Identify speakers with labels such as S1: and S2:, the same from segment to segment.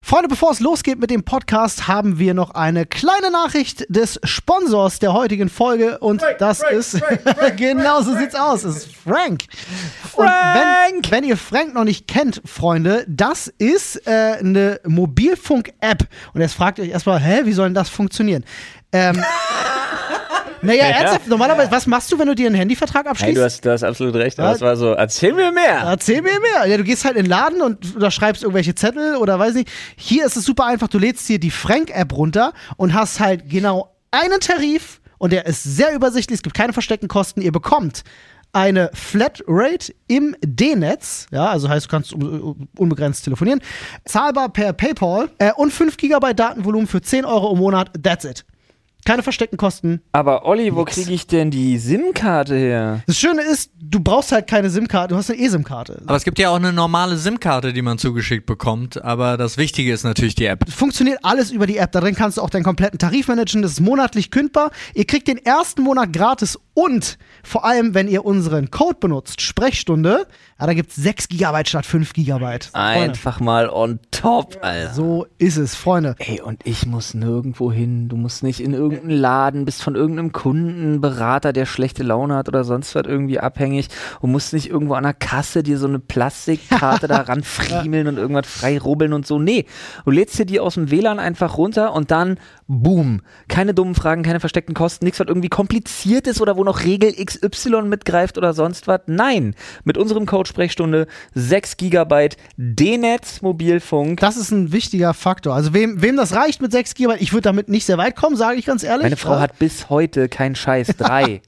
S1: Freunde, bevor es losgeht mit dem Podcast, haben wir noch eine kleine Nachricht des Sponsors der heutigen Folge und
S2: Frank,
S1: das
S2: Frank,
S1: ist
S2: Frank, Frank,
S1: genau so
S2: Frank,
S1: sieht's aus. Es ist Frank. Und wenn, wenn ihr Frank noch nicht kennt, Freunde, das ist äh, eine Mobilfunk-App. Und jetzt fragt ihr euch erstmal, hä, wie soll denn das funktionieren? Ähm, naja, ernsthaft, normalerweise, was machst du, wenn du dir einen Handyvertrag abschließt?
S3: Hey, du hast, du hast absolut recht. Aber es war so, erzähl mir mehr.
S1: Erzähl mir mehr. Ja, du gehst halt in den Laden und unterschreibst irgendwelche Zettel oder weiß nicht. Hier ist es super einfach. Du lädst dir die Frank-App runter und hast halt genau einen Tarif und der ist sehr übersichtlich. Es gibt keine versteckten Kosten. Ihr bekommt eine Flatrate im D-Netz, ja, also heißt, du kannst un- unbegrenzt telefonieren, zahlbar per PayPal äh, und 5 GB Datenvolumen für 10 Euro im Monat. That's it. Keine versteckten Kosten.
S3: Aber Olli, wo kriege ich denn die SIM-Karte her?
S1: Das Schöne ist, du brauchst halt keine SIM-Karte, du hast eine E-SIM-Karte.
S4: Aber es gibt ja auch eine normale SIM-Karte, die man zugeschickt bekommt. Aber das Wichtige ist natürlich die App.
S1: funktioniert alles über die App. Darin kannst du auch deinen kompletten Tarif managen. Das ist monatlich kündbar. Ihr kriegt den ersten Monat gratis und vor allem, wenn ihr unseren Code benutzt, Sprechstunde, ja, da gibt es 6 GB statt 5 GB.
S3: Einfach mal on top, Alter.
S1: So ist es, Freunde.
S3: Ey, und ich muss nirgendwo hin. Du musst nicht in irgendeinen Laden, bist von irgendeinem Kundenberater, der schlechte Laune hat oder sonst was irgendwie abhängig und musst nicht irgendwo an der Kasse dir so eine Plastikkarte da ranfriemeln und irgendwas freirubbeln und so. Nee, du lädst dir die aus dem WLAN einfach runter und dann boom. Keine dummen Fragen, keine versteckten Kosten, nichts, was irgendwie kompliziert ist oder wo noch Regel XY mitgreift oder sonst was. Nein, mit unserem Code Sprechstunde 6 GB D-Netz Mobilfunk
S1: Das ist ein wichtiger Faktor. Also wem, wem das reicht mit 6 GB, ich würde damit nicht sehr weit kommen, sage ich ganz ehrlich.
S3: Meine Frau hat bis heute keinen Scheiß. Drei.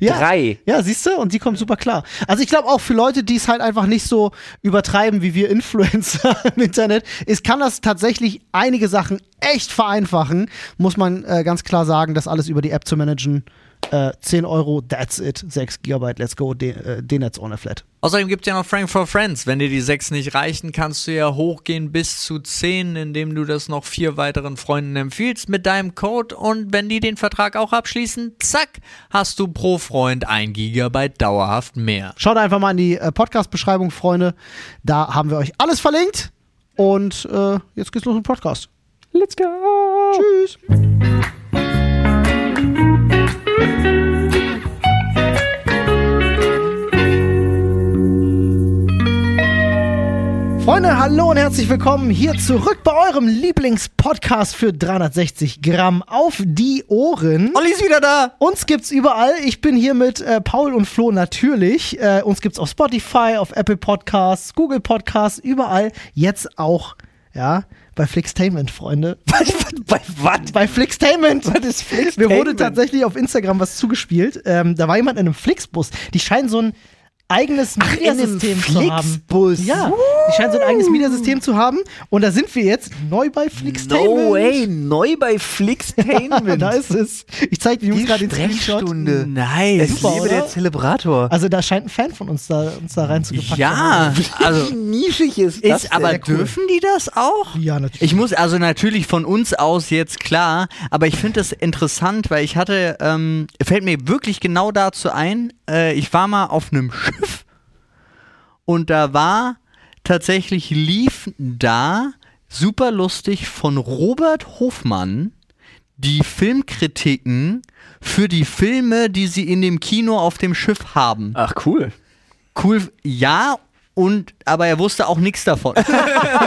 S1: ja,
S3: drei.
S1: Ja, siehst du? Und die kommt super klar. Also ich glaube auch für Leute, die es halt einfach nicht so übertreiben wie wir Influencer im Internet, ist, kann das tatsächlich einige Sachen echt vereinfachen. Muss man äh, ganz klar sagen, das alles über die App zu managen. Äh, 10 Euro, that's it. 6 GB, let's go. D- äh, D-Netz ohne Flat.
S4: Außerdem gibt es ja noch Frank for Friends. Wenn dir die sechs nicht reichen, kannst du ja hochgehen bis zu zehn, indem du das noch vier weiteren Freunden empfiehlst mit deinem Code. Und wenn die den Vertrag auch abschließen, zack, hast du pro Freund ein Gigabyte dauerhaft mehr.
S1: Schaut einfach mal in die äh, Podcast-Beschreibung, Freunde. Da haben wir euch alles verlinkt. Und äh, jetzt geht's los mit dem Podcast.
S3: Let's go.
S1: Tschüss. Freunde, hallo und herzlich willkommen hier zurück bei eurem Lieblingspodcast für 360 Gramm auf die Ohren.
S4: Olli ist wieder da.
S1: Uns gibt's überall. Ich bin hier mit äh, Paul und Flo natürlich. Äh, uns gibt's auf Spotify, auf Apple Podcasts, Google Podcasts, überall. Jetzt auch, ja, bei Flixtainment, Freunde.
S3: Bei was?
S1: Bei Flixtainment.
S3: Was ist
S1: Mir
S3: Flixtainment?
S1: wurde tatsächlich auf Instagram was zugespielt. Ähm, da war jemand in einem Flixbus. Die scheinen so ein eigenes Mediasystem zu haben.
S3: Flixbus.
S1: Ja, die scheinen so ein eigenes Mediasystem zu haben. Und da sind wir jetzt neu bei Flixtainment.
S3: No way. Neu bei Flixtainment.
S1: da ist es. Ich zeige dir
S3: die
S1: gerade den Screenshot.
S3: Sprechstunde.
S4: Nice.
S3: Ich
S1: Super,
S3: liebe
S1: oder?
S3: der Zelebrator.
S1: Also da scheint ein Fan von uns da, uns da reinzugepackt
S4: Ja, also
S3: Wie nischig ist das?
S4: ist aber
S3: denn?
S4: dürfen die das auch?
S1: haben. Ja, natürlich.
S4: Ich muss also natürlich von uns aus jetzt klar, aber ich finde das interessant, weil ich hatte, ähm, fällt mir wirklich genau dazu ein, äh, ich war mal auf einem Schiff und da war tatsächlich lief da super lustig von Robert Hofmann die Filmkritiken für die Filme, die sie in dem Kino auf dem Schiff haben.
S3: Ach cool.
S4: Cool, ja, und aber er wusste auch nichts davon.
S3: Also,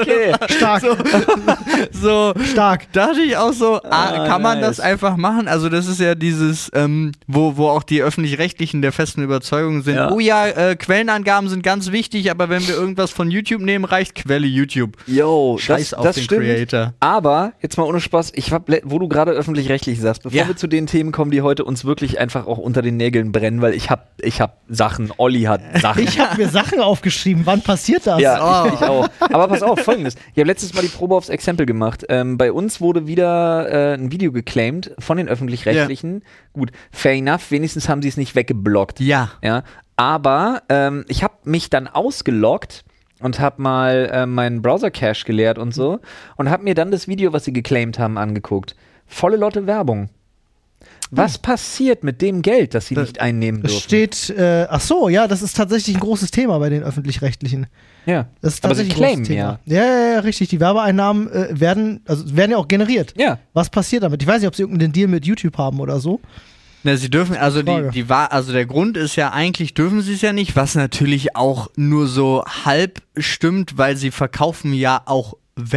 S3: Okay.
S1: stark, äh,
S4: so,
S1: stark.
S4: Da dachte ich auch so, ah,
S3: Ah,
S4: kann man
S3: nice.
S4: das einfach machen? Also das ist ja dieses, ähm, wo, wo auch die Öffentlich-Rechtlichen der festen Überzeugung sind,
S3: Ja.
S4: oh ja, äh, Quellenangaben sind ganz wichtig, aber wenn wir irgendwas von YouTube nehmen, reicht Quelle YouTube.
S3: Yo,
S4: Scheiß
S3: das,
S4: auf
S3: das
S4: den
S3: stimmt.
S4: Creator.
S3: Aber jetzt mal ohne Spaß, ich hab, le- wo du gerade öffentlich-rechtlich sagst, bevor
S4: Ja.
S3: wir zu den Themen kommen, die heute uns wirklich einfach auch unter den Nägeln brennen, weil ich hab, ich hab Sachen, Olli hat Sachen.
S1: Ich habe mir Sachen aufgeschrieben. Wann passiert das?
S3: ja,
S4: Oh.
S3: ich, ich auch. Aber pass auf, folgendes. Ich habe letztes Mal die Probe aufs Exempel gemacht. Ähm, bei uns wurde wieder äh, ein Video geclaimed von den Öffentlich-Rechtlichen. Gut, fair enough, wenigstens haben sie es nicht weggeblockt.
S4: Ja.
S3: Ja, aber ähm, ich habe mich dann ausgeloggt und habe mal äh, meinen Browser-Cache geleert und so und habe mir dann das Video, was sie geclaimed haben, angeguckt. Volle Lotte Werbung. Was passiert mit dem Geld, das sie nicht einnehmen
S1: Hm. Das
S3: dürfen?
S1: steht, äh, ach so, ja, das ist tatsächlich ein großes Thema bei den öffentlich-rechtlichen.
S3: ja.
S1: Das ist
S3: Aber sie
S1: tatsächlich ein
S3: claimen
S1: großes Thema. Ja. ja, ja, richtig. Die Werbeeinnahmen äh, werden, also werden ja auch generiert.
S3: ja. Ja.
S1: Was passiert damit? Ich weiß nicht, ob sie irgendeinen Deal mit YouTube haben oder so.
S4: Na, sie dürfen, also die,
S1: Frage.
S4: die war, also der Grund ist ja eigentlich dürfen sie es ja nicht, was natürlich auch nur so halb stimmt, weil sie verkaufen ja auch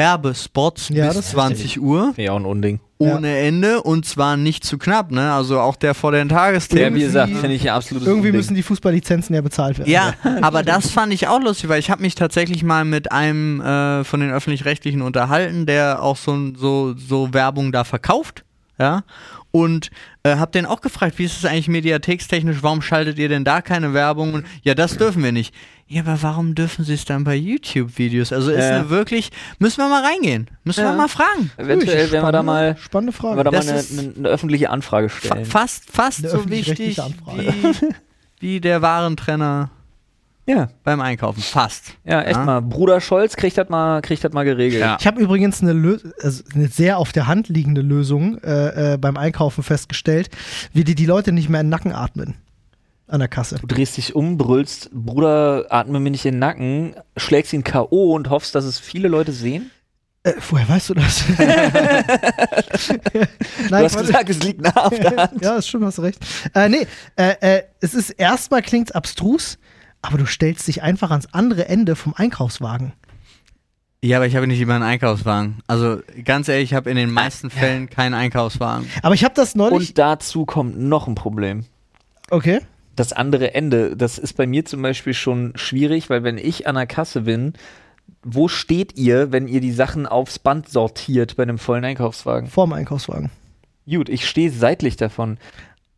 S4: Werbespots
S1: Ja, das
S4: bis
S1: ist
S4: 20 Uhr
S3: Ja, auch ein Unding.
S4: ohne Ende und zwar nicht zu knapp, ne? Also auch der vor den Tagesthemen.
S3: Ja, wie gesagt, finde ich ein absolutes
S1: Irgendwie
S3: Unding.
S1: müssen die Fußballlizenzen ja bezahlt werden.
S4: Ja, aber das fand ich auch lustig, weil ich habe mich tatsächlich mal mit einem äh, von den öffentlich-rechtlichen unterhalten, der auch so, ein- so, so Werbung da verkauft, ja. Und äh, habe den auch gefragt, wie ist es eigentlich mediathekstechnisch, warum schaltet ihr denn da keine Werbung? Und, ja, das dürfen wir nicht. Ja, aber warum dürfen sie es dann bei YouTube-Videos? Also ist
S3: Ja.
S4: eine wirklich, müssen wir mal reingehen, müssen
S3: Ja.
S4: wir mal fragen.
S3: Eventuell werden wir da mal,
S1: Spannende
S3: wenn wir
S1: Frage.
S3: da mal
S4: Das
S3: eine,
S4: ist-
S3: eine, eine öffentliche Anfrage
S4: Fa
S3: stellen.
S4: fast fast
S1: Eine
S4: so wichtig
S1: öffentlich-rechtliche Anfrage.
S4: wie, wie der Warentrenner
S3: Ja,
S4: beim Einkaufen. Fast.
S3: ja, echt
S4: Ja.
S3: mal. Bruder Scholz kriegt das mal, kriegt das mal geregelt.
S4: Ja.
S1: Ich habe übrigens eine, Lö also eine sehr auf der Hand liegende Lösung äh, äh, beim Einkaufen festgestellt, wie die, die Leute nicht mehr in den Nacken atmen. An der Kasse.
S3: Du drehst dich um, brüllst, Bruder, atme mir nicht in den Nacken, schlägst ihn K.O. und hoffst, dass es viele Leute sehen.
S1: Äh, woher weißt du das?
S3: Du
S1: Nein,
S3: hast
S1: Quatsch.
S3: gesagt, es liegt nah auf der Hand.
S1: ja, ist schon, hast recht. Äh, nee, äh, äh, es ist erstmal klingt's abstrus, aber du stellst dich einfach ans andere Ende vom Einkaufswagen.
S4: Ja, aber ich habe nicht immer einen Einkaufswagen. Also ganz ehrlich, ich habe in den
S3: Ah,
S4: meisten Fällen keinen Einkaufswagen.
S1: Aber ich habe das neulich.
S3: Und dazu kommt noch ein Problem.
S1: okay.
S3: Das andere Ende, das ist bei mir zum Beispiel schon schwierig, weil wenn ich an der Kasse bin, wo steht ihr, wenn ihr die Sachen aufs Band sortiert bei einem vollen Einkaufswagen?
S1: Vorm Einkaufswagen.
S3: Gut, ich stehe seitlich davon.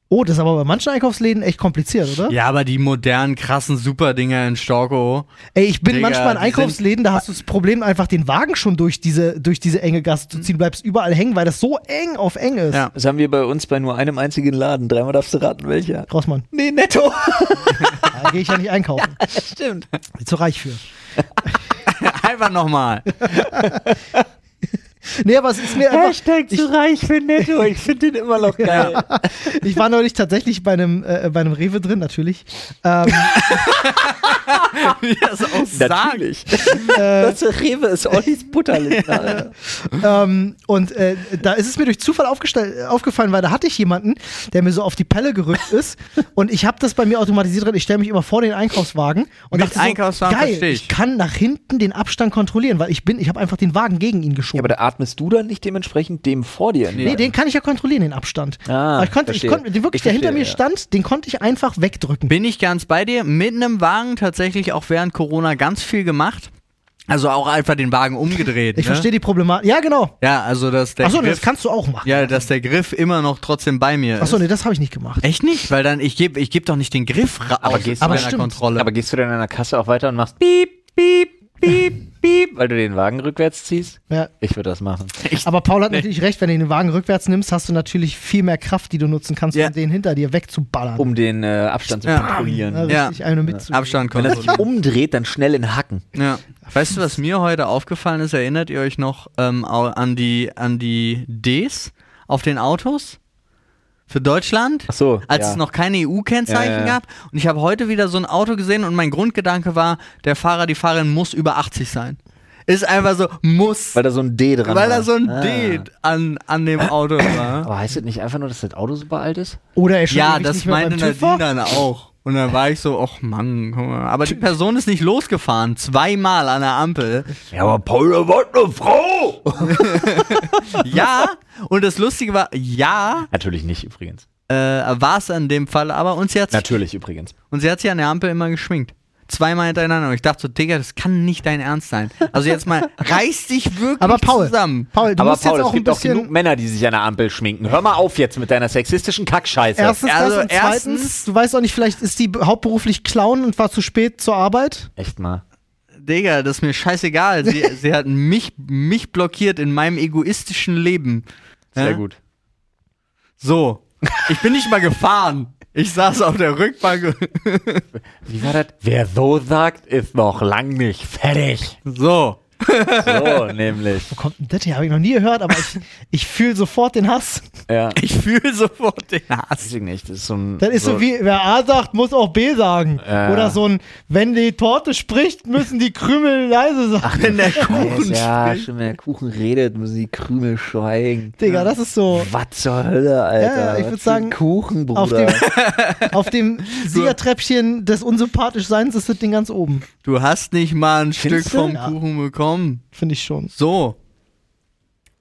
S1: Oh, das ist aber bei manchen Einkaufsläden echt kompliziert,
S3: Oh.
S1: oder?
S4: Ja, aber die modernen, krassen Superdinger in Storkow.
S1: Ey, ich bin
S4: Digga,
S1: manchmal in
S4: die
S1: Einkaufsläden, da hast du das Problem, einfach den Wagen schon durch diese, durch diese enge Gasse zu ziehen, bleibst überall hängen, weil das so eng auf eng ist.
S4: Ja.
S3: Das haben wir bei uns bei nur einem einzigen Laden. Dreimal darfst du raten, welcher.
S1: Rossmann,
S3: Nee, netto.
S1: da gehe ich ja nicht einkaufen.
S3: Stimmt.
S1: Bin zu reich für.
S4: Einfach nochmal.
S1: Nee, aber es ist mir einfach. ich,
S3: reich für netto. Ich finde den immer noch geil.
S1: ich war neulich tatsächlich bei einem, äh, bei einem Rewe drin, natürlich. Ähm,
S4: Wie das auch sagen.
S3: Natürlich. das
S4: Äh.
S3: Rewe ist Ollis Butterlindner.
S1: Ähm, und äh, da ist es mir durch Zufall aufgestell- aufgefallen, weil da hatte ich jemanden, der mir so auf die Pelle gerückt ist. und ich habe das bei mir automatisiert drin. Ich stelle mich immer vor den Einkaufswagen und
S4: Mit
S1: dachte
S4: Einkaufswagen
S1: so, geil,
S4: versteh ich.
S1: ich kann nach hinten den Abstand kontrollieren, weil ich bin, ich habe einfach den Wagen gegen ihn
S3: Ja,
S1: geschoben.
S3: aber da atmest du dann nicht dementsprechend dem vor dir. in die
S4: Nee,
S1: nee, den kann ich ja kontrollieren, den Abstand.
S3: Ah,
S1: Aber ich konnte, ich
S3: verstehe.
S1: konnte, den wirklich,
S3: Ich
S1: der hinter mir
S3: verstehe,
S1: stand, den konnte ich einfach wegdrücken.
S4: Bin ich ganz bei dir. Mit einem Wagen tatsächlich auch während Corona ganz viel gemacht. Also auch einfach den Wagen umgedreht.
S1: ich
S4: ne?
S1: verstehe die Problematik. Ja, genau.
S4: Ja, also dass der
S1: Achso, das
S4: Griff,
S1: kannst du auch machen.
S4: ja, dass der Griff immer noch trotzdem bei mir
S1: Achso,
S4: ist.
S1: nee, das habe ich nicht gemacht.
S4: Echt nicht, weil dann ich gebe ich geb doch nicht den Griff ra-
S3: Aber
S4: aus
S3: gehst du
S4: meiner
S1: denn- stimmt.
S4: Kontrolle.
S3: Aber gehst du dann an der Kasse auch weiter und machst piep, piep, piep, piep, weil du den Wagen rückwärts ziehst?
S1: Ja.
S3: Ich würde das machen.
S1: Aber Paul hat natürlich recht, wenn du den Wagen rückwärts nimmst, hast du natürlich viel mehr Kraft, die du nutzen kannst,
S4: Ja.
S1: um den hinter dir wegzuballern.
S3: Um den äh, Abstand zu
S4: Ja. Also
S1: Ja,
S3: kontrollieren.
S4: Ja.
S1: richtig eine mitzu.
S4: Abstand
S3: Wenn er sich
S4: kontrollieren.
S3: umdreht, dann schnell in Hacken.
S4: Ja. Weißt du, was mir heute aufgefallen ist? Erinnert ihr euch noch ähm, au- an, die, an die Ds auf den Autos für Deutschland?
S3: Ach so,
S4: Als
S3: ja.
S4: es noch keine EU-Kennzeichen
S3: Ja, ja, ja.
S4: gab. Und ich habe heute wieder so ein Auto gesehen und mein Grundgedanke war, der Fahrer, die Fahrerin muss über 80 sein. Ist einfach so, muss.
S3: Weil da so ein D dran
S4: Weil
S3: war.
S4: da so ein
S3: Ah.
S4: D an, an dem Auto war.
S3: Aber heißt das nicht einfach nur, dass das Auto super alt ist?
S1: Oder er schon
S4: Ja,
S1: ewig
S4: das
S1: nicht mehr
S4: meinte
S1: beim
S4: Nadine
S1: TÜV war.
S4: dann auch. Und dann war ich so, ach Mann, guck mal. Aber die Person ist nicht losgefahren. Zweimal an der Ampel.
S3: Ja, aber Paul, da war eine Frau!
S4: Ja, und das Lustige war, ja,
S3: Natürlich nicht übrigens.
S4: äh, war es in dem Fall, aber uns hat
S3: Natürlich übrigens.
S4: und sie hat sich an der Ampel immer geschminkt. Zweimal hintereinander. Und ich dachte so, Digga, das kann nicht dein Ernst sein. Also jetzt mal, reiß dich wirklich
S1: Aber Paul,
S4: zusammen.
S1: Paul, du
S3: aber
S1: musst
S3: Paul,
S1: jetzt
S3: es
S1: auch ein
S3: gibt auch genug
S1: bisschen.
S3: Männer, die sich an der Ampel schminken. Hör mal auf jetzt mit deiner sexistischen Kackscheiße.
S1: Erstens
S4: Also
S1: das und zweitens,
S4: erstens-
S1: du weißt auch nicht, vielleicht ist die hauptberuflich Clown und war zu spät zur Arbeit.
S3: Echt mal.
S4: Digga, das ist mir scheißegal. Sie, sie hat mich, mich blockiert in meinem egoistischen Leben.
S3: Sehr
S4: Ja?
S3: gut.
S4: So. Ich bin nicht mal gefahren. Ich saß auf der Rückbank.
S3: Wie war das? Wer so sagt, ist noch lang nicht fertig.
S4: So.
S3: So, nämlich.
S1: Wo kommt denn Oh, das her? Habe ich noch nie gehört, aber ich, ich fühle sofort den Hass.
S3: Ja.
S4: Ich fühle sofort den
S3: Weiß
S4: Hass.
S3: ich nicht, das ist so ein.
S1: Das ist so, wie, wer A sagt, muss auch B sagen.
S3: Ja.
S1: Oder so ein, wenn die Torte spricht, müssen die Krümel leise sagen.
S4: Wenn der Kuchen
S3: Ja,
S4: spricht.
S3: schon wenn der Kuchen redet, müssen die Krümel schweigen.
S1: Digga, das ist so.
S3: Was zur Hölle, Alter?
S1: Ja, ja, ich
S3: Was
S1: würd
S3: für ein
S1: sagen,
S3: Kuchen,
S1: Auf
S3: Bruder.
S1: dem, auf dem Siegertreppchen des Unsympathischseins ist das Ding ganz oben.
S4: Du hast nicht mal ein
S1: Findest
S4: Stück
S1: du?
S4: vom
S1: Ja.
S4: Kuchen bekommen.
S1: Finde ich schon.
S4: So.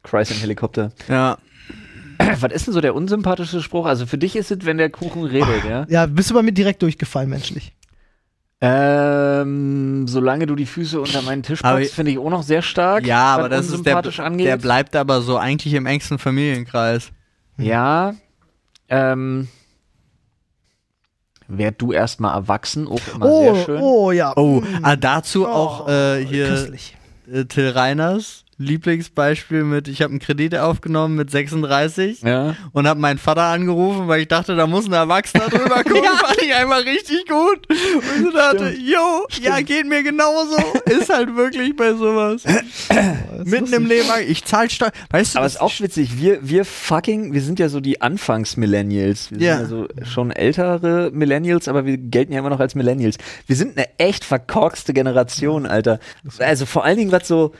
S3: Christ im Helikopter.
S4: Ja.
S3: Was ist denn so der unsympathische Spruch? Also für dich ist es, wenn der Kuchen redet, ja?
S1: Ja, bist du bei mir direkt durchgefallen, menschlich.
S3: Ähm, solange du die Füße unter meinen Tisch
S4: Aber-
S3: packst, finde ich auch noch sehr stark.
S4: Ja,
S3: was
S4: aber das ist der,
S3: unsympathisch angeht.
S4: der bleibt aber so eigentlich im engsten Familienkreis.
S3: Ja. Ähm. Werd du erstmal erwachsen, auch immer
S1: Oh,
S3: sehr schön.
S1: oh, ja.
S4: Oh,
S1: Mm.
S4: ah, dazu auch äh, hier
S1: Köstlich.
S4: äh, Till Reiners Lieblingsbeispiel mit, ich habe einen Kredit aufgenommen mit 36
S3: Ja.
S4: und habe meinen Vater angerufen, weil ich dachte, da muss ein Erwachsener drüber gucken. Fand ich einmal richtig gut. Und ich dachte, yo, ja, geht mir genauso. Ist halt wirklich bei sowas. Mitten im Leben, ich zahle Steuern. Weißt du,
S3: Aber
S4: das
S3: es ist auch witzig, wir, wir fucking, wir sind ja so die Anfangs-Millennials. Wir
S4: Ja.
S3: sind ja so schon ältere Millennials, aber wir gelten ja immer noch als Millennials. Wir sind eine echt verkorkste Generation, Alter. Also vor allen Dingen, was so,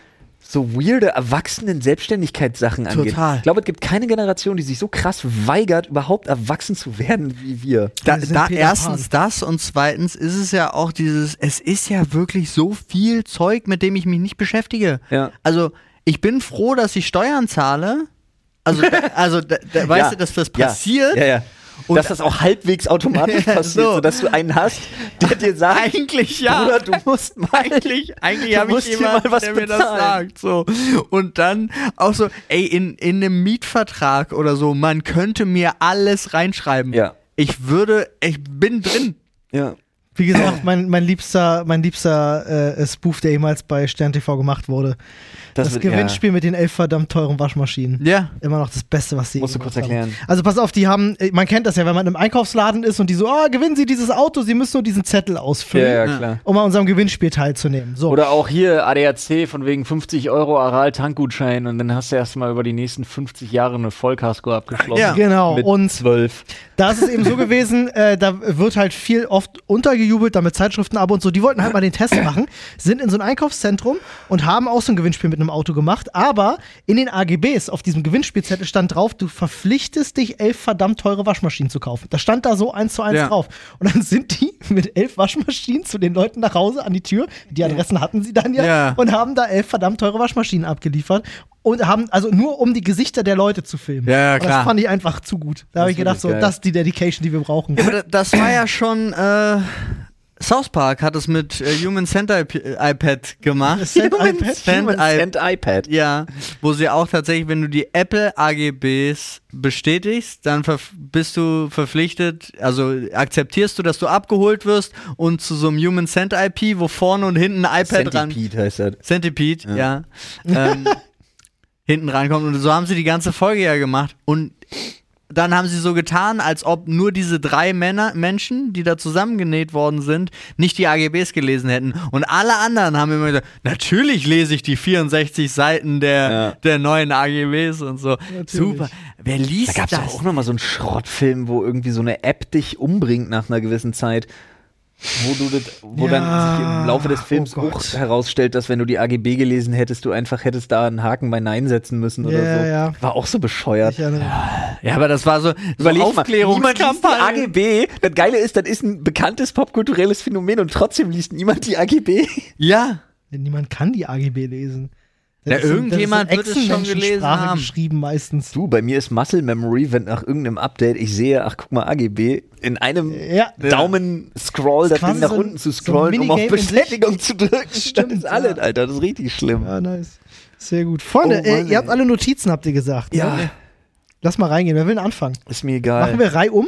S3: so weirde Erwachsenen-Selbstständigkeitssachen angeht.
S4: Total.
S3: Ich glaube, es gibt keine Generation, die sich so krass weigert, überhaupt erwachsen zu werden wie wir.
S4: Da,
S1: Wir sind
S4: da
S1: Peter
S4: erstens das und zweitens ist es ja auch dieses, es ist ja wirklich so viel Zeug, mit dem ich mich nicht beschäftige.
S3: Ja.
S4: Also ich bin froh, dass ich Steuern zahle. Also, da, also da, da,
S3: Ja.
S4: weißt du, dass das
S3: Ja.
S4: passiert.
S3: Ja, ja.
S4: Und-
S3: dass das auch halbwegs automatisch
S4: Ja,
S3: passiert,
S4: so.
S3: sodass du einen hast, der dir sagt,
S4: Eigentlich ja.
S3: Bruder, du musst mal.
S4: eigentlich, eigentlich
S3: Du
S4: habe
S3: musst
S4: ich
S3: hier
S4: jemanden,
S3: mal was
S4: der mir das
S3: bezahlen.
S4: sagt. So. Und dann auch so, ey, in, in einem Mietvertrag oder so, man könnte mir alles reinschreiben.
S3: Ja.
S4: Ich würde, ich bin drin.
S3: Ja.
S1: Wie gesagt, mein, mein liebster, mein liebster äh, Spoof, der jemals bei Stern TV gemacht wurde. Das,
S3: wird- ja.
S1: Gewinnspiel mit den elf verdammt teuren Waschmaschinen.
S4: Ja.
S1: Immer noch das Beste, was sie
S3: Musst du
S1: gemacht
S3: kurz erklären.
S1: Haben. Also pass auf, die haben, äh, man kennt das ja, wenn man im Einkaufsladen ist und die so, ah, gewinnen Sie dieses Auto, Sie müssen nur diesen Zettel ausfüllen,
S3: Ja,
S4: Hm?
S3: ja, klar.
S1: um an unserem Gewinnspiel teilzunehmen. So.
S3: Oder auch hier ADAC von wegen 50 Euro Aral-Tankgutschein und dann hast du erstmal über die nächsten 50 Jahre eine Vollkasko abgeschlossen.
S4: Ja.
S1: Genau,
S3: Mit
S1: und-
S3: 12.
S1: Da ist es eben so gewesen, äh, da wird halt viel oft untergejubelt, damit Zeitschriften ab und so. Die wollten halt mal den Test machen, sind in so ein Einkaufszentrum und haben auch so ein Gewinnspiel mit einem Auto gemacht. Aber in den AGBs auf diesem Gewinnspielzettel stand drauf, du verpflichtest dich, elf verdammt teure Waschmaschinen zu kaufen. Das stand da so eins zu eins
S4: Ja.
S1: drauf. Und dann sind die mit elf Waschmaschinen zu den Leuten nach Hause an die Tür. Die Adressen hatten sie dann ja,
S4: Ja.
S1: und haben da elf verdammt teure Waschmaschinen abgeliefert. Und haben, also nur um die Gesichter der Leute zu filmen.
S4: Ja, ja,
S1: Und
S4: klar.
S1: Das fand ich einfach zu gut. Da habe ich
S3: Das
S1: gedacht,
S3: ist
S1: so,
S3: geil.
S1: das ist die Dedication, die wir brauchen.
S4: Aber da- das war ja schon. Äh, South Park hat es mit äh, Human Centipede äh, iPad gemacht.
S1: Cent iPad?
S4: Cent
S3: Humans
S4: iPad.
S3: and iPad.
S4: Ja, wo sie auch tatsächlich, wenn du die Apple AGBs bestätigst, dann verf- bist du verpflichtet, also akzeptierst du, dass du abgeholt wirst und zu so einem Human Centipede, wo vorne und hinten ein iPad ran.
S3: Centipede heißt das.
S4: Centipede, ja. Ähm, hinten rankommt. Und so haben sie die ganze Folge ja gemacht. Und dann haben sie so getan, als ob nur diese drei Männer, Menschen, die da zusammengenäht worden sind, nicht die AGBs gelesen hätten. Und alle anderen haben immer gesagt, natürlich lese ich die 64 Seiten der,
S3: Ja.
S4: der neuen AGBs und so. Super. Wer
S3: Da
S4: liest
S3: gab es
S4: das?
S3: auch nochmal so einen Schrottfilm, wo irgendwie so eine App dich umbringt nach einer gewissen Zeit. Wo, du das, wo
S1: Ja.
S3: dann sich im Laufe des Films
S1: Oh
S3: auch
S1: Gott.
S3: herausstellt, dass wenn du die AGB gelesen hättest, du einfach hättest da einen Haken bei Nein setzen müssen oder
S1: Ja,
S3: so.
S1: ja.
S3: War auch so bescheuert.
S1: Ich erinnere
S4: Ja, aber das war so, so
S3: Überleg mal, niemand liest die
S4: Aufklärungskampagne.
S3: AGB. Das Geile ist, das ist ein bekanntes popkulturelles Phänomen und trotzdem liest niemand die AGB.
S4: Ja.
S1: mich. Niemand kann die AGB lesen.
S4: Ja,
S1: in-
S4: irgendjemand
S1: in
S4: wird es schon gelesen
S1: Echsenmenschensprache
S4: haben.
S1: geschrieben meistens.
S3: Du, bei mir ist Muscle Memory, wenn nach irgendeinem Update ich sehe, ach guck mal, AGB, in einem
S1: Ja.
S3: Daumen-Scroll das
S1: quasi
S3: Ding nach
S1: so ein-
S3: unten
S1: so
S3: zu
S1: ein
S3: scrollen, um auf
S1: Minigame in sich.
S3: Bestätigung zu drücken. Stimmt, das ist alles,
S1: ja.
S3: Alter, das ist richtig schlimm.
S1: Ja, nice. Sehr gut. Freunde,
S3: Oh, Mann,
S1: äh, ihr habt
S3: ey.
S1: alle Notizen, habt ihr gesagt.
S3: Ja,
S1: Ne? Lass mal reingehen. Wer will denn anfangen?
S3: ist mir egal.
S1: Machen wir Reihe um?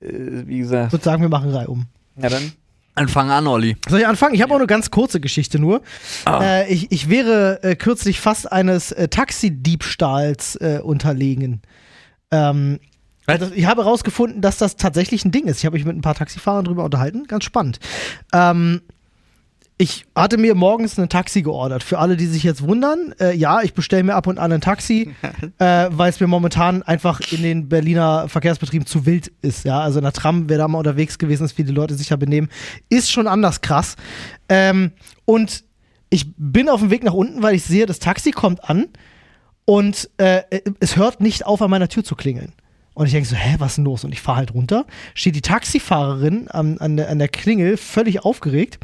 S3: äh, wie
S1: Ich
S3: gesagt,
S1: würde sagen, wir machen Reihe um.
S3: na dann.
S4: Dann fang an, Olli.
S1: Soll ich anfangen? Ich habe auch eine ganz kurze Geschichte nur. Äh, ich, ich wäre äh, kürzlich fast eines äh, Taxidiebstahls äh, unterlegen. Ähm, also ich habe herausgefunden, dass das tatsächlich ein Ding ist. Ich habe mich mit ein paar Taxifahrern drüber unterhalten. Ganz spannend. Ähm, ich hatte mir morgens ein Taxi geordert. Für alle, die sich jetzt wundern, äh, ja, ich bestelle mir ab und an ein Taxi, äh, weil es mir momentan einfach in den Berliner Verkehrsbetrieben zu wild ist. Ja, also in der Tram, wer da mal unterwegs gewesen ist, wie die Leute sich da benehmen, ist schon anders krass. Ähm, und ich bin auf dem Weg nach unten, weil ich sehe, das Taxi kommt an und äh, es hört nicht auf, an meiner Tür zu klingeln. Und ich denke so, hä, was ist denn los? Und ich fahre halt runter, steht die Taxifahrerin an, an, der, an der Klingel, völlig aufgeregt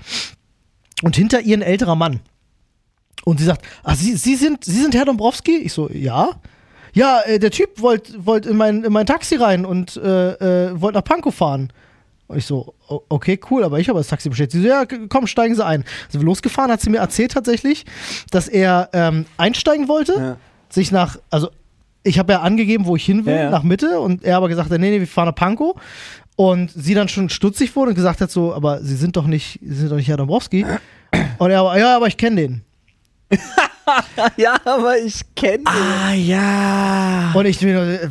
S1: und hinter ihr ein älterer Mann. Und sie sagt, ah, sie, sie, sind, sie sind Herr Dombrowski? Ich so, ja. Ja, äh, der Typ wollte wollt in, mein, in mein Taxi rein und äh, äh, wollte nach Pankow fahren. Und ich so, o- okay, cool, aber ich habe das Taxi bestellt. Sie so, ja, k- komm, steigen Sie ein. Sind wir losgefahren, hat sie mir erzählt tatsächlich, dass er ähm, einsteigen wollte,
S5: Ja.
S1: sich nach, also ich habe ja angegeben, wo ich hin will,
S5: Ja, ja.
S1: nach Mitte und er aber gesagt hat, nee, nee, wir fahren nach Pankow. Und sie dann schon stutzig wurde und gesagt hat so, aber sie sind doch nicht, sie sind doch nicht Herr Dombrowski. Und er aber, ja, aber ich kenne den.
S5: Ja, aber ich kenne
S4: Ah ja.
S5: Ah.
S1: Und ich mir nur, äh,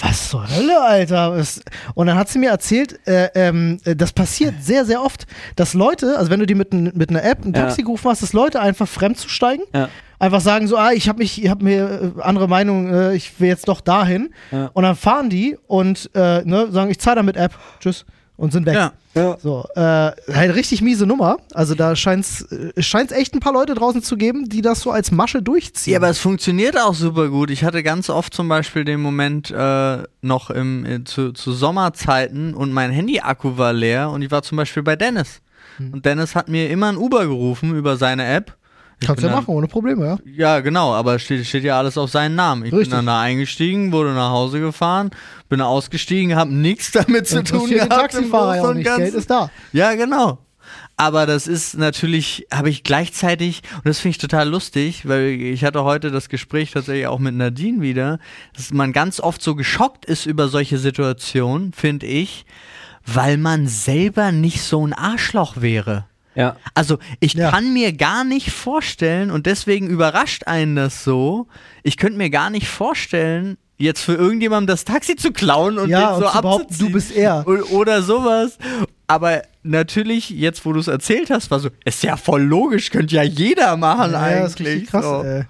S1: was zur Hölle, Alter? Was- Und dann hat sie mir erzählt, äh, ähm, äh, das passiert sehr, sehr oft, dass Leute, also wenn du dir mit, n- mit einer App ein
S5: Ja.
S1: Taxi gerufen hast, dass Leute einfach fremd zu steigen,
S5: Ja.
S1: einfach sagen so, ah, ich habe mich, ich habe mir äh, andere Meinung, äh, ich will jetzt doch dahin.
S5: Ja.
S1: Und dann fahren die und äh, ne, sagen, ich zahle da mit App, tschüss und sind weg.
S4: Ja.
S5: Ja.
S1: So, äh, halt richtig miese Nummer. Also da scheint's, äh, scheint's echt ein paar Leute draußen zu geben, die das so als Masche durchziehen.
S4: Ja, aber es funktioniert auch super gut. Ich hatte ganz oft zum Beispiel den Moment äh, noch im, äh, zu, zu Sommerzeiten und mein Handy-Akku war leer und ich war zum Beispiel bei Dennis.
S1: Hm.
S4: Und Dennis hat mir immer ein Uber gerufen über seine App. Ich
S1: Kannst du
S4: bin
S1: ja
S4: dann-
S5: Genau.
S1: machen, ohne Probleme, ja.
S4: Ja, genau, aber steht, steht ja alles auf seinen Namen. Ich
S1: Richtig.
S4: bin dann da eingestiegen, wurde nach Hause gefahren, bin ausgestiegen, habe nichts damit zu tun
S1: Interessiert den
S4: gehabt. im
S1: Taxifahrer ja
S4: Großen
S1: auch
S4: und
S1: nicht.
S4: Ganzen.
S1: Geld ist da.
S4: Ja, genau. Aber das ist natürlich, habe ich gleichzeitig, und das finde ich total lustig, weil ich hatte heute das Gespräch tatsächlich auch mit Nadine wieder, dass man ganz oft so geschockt ist über solche Situationen, finde ich, weil man selber nicht so ein Arschloch wäre.
S5: Ja.
S4: Also ich
S1: Ja.
S4: kann mir gar nicht vorstellen und deswegen überrascht einen das so. Ich könnte mir gar nicht vorstellen, jetzt für irgendjemandem das Taxi zu klauen und
S1: Ja,
S4: den
S1: und
S4: so
S1: zu behaupten,
S4: abzuziehen.
S1: du bist er.
S4: O- Oder sowas. Aber natürlich, jetzt wo du es erzählt hast, war so, ist ja voll logisch, könnte ja jeder machen
S1: Ja, ist richtig
S4: eigentlich.
S1: krass,
S4: so.
S1: ey.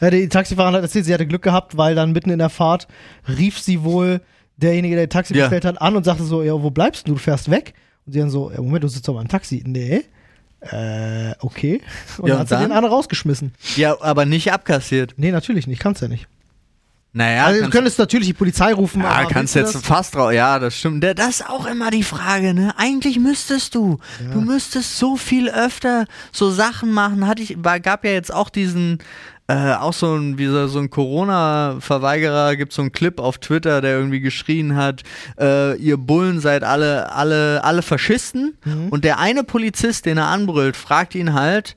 S1: Ja, die Taxifahrerin hat erzählt, sie hatte Glück gehabt, weil dann mitten in der Fahrt rief sie wohl derjenige, der Taxi
S4: Ja.
S1: bestellt hat, an und sagte so, ja, wo bleibst du? Du fährst weg. Und sie dann so, ja, Moment, du sitzt doch mal im Taxi. Nee. Äh, okay. Und dann
S4: Ja, und
S1: hat sie
S4: dann?
S1: den anderen rausgeschmissen.
S4: Ja, aber nicht abkassiert.
S1: Nee, natürlich nicht, kannst ja nicht.
S4: Ah, Naja,
S1: Also, du
S4: kannst,
S1: könntest natürlich die Polizei rufen.
S4: ja,
S1: aber
S4: kannst
S1: willst du
S4: Ah, jetzt fast drauf. Ja, das stimmt. Der- Das ist auch immer die Frage, ne? Eigentlich müsstest du. Du müsstest so viel öfter so Sachen machen. Hatte ich, war, gab ja jetzt auch diesen, äh, auch so ein, wie so, so ein Corona-Verweigerer, gibt so einen Clip auf Twitter, der irgendwie geschrien hat, äh, ihr Bullen seid alle, alle, alle Faschisten. Und der eine Polizist, den er anbrüllt, fragt ihn halt,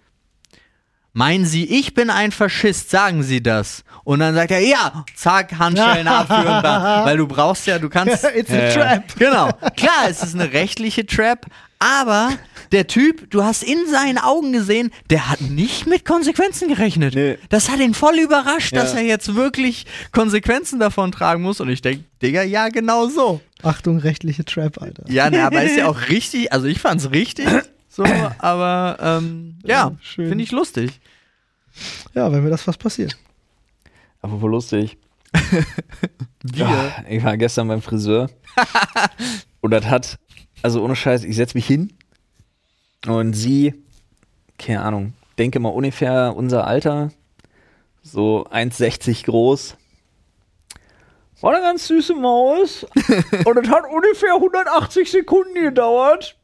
S4: Meinen Sie, ich bin ein Faschist, sagen Sie das. Und dann sagt er, ja, zack, Handschellen abführen, da. weil du brauchst ja, du kannst.
S1: It's a trap.
S4: Genau. Klar, es ist eine rechtliche Trap, aber der Typ, du hast in seinen Augen gesehen, der hat nicht mit Konsequenzen gerechnet.
S5: Nee.
S4: Das hat ihn voll überrascht,
S5: Ja.
S4: dass er jetzt wirklich Konsequenzen davon tragen muss. Und ich denke, Digga, ja, genau so.
S1: Achtung, rechtliche Trap, Alter.
S4: Ja, na, aber ist ja auch richtig, also ich fand's richtig. So, aber ähm, ja,
S1: Ja, schön.
S4: finde ich lustig.
S1: Ja, wenn mir das was passiert.
S5: Aber wohl lustig.
S4: Wir.
S5: Ah, Ich war gestern beim Friseur. und das hat, also ohne Scheiß, ich setze mich hin und sie, keine Ahnung, denke mal ungefähr unser Alter, so 1,60 groß. War eine ganz süße Maus. und das hat ungefähr 180 Sekunden gedauert.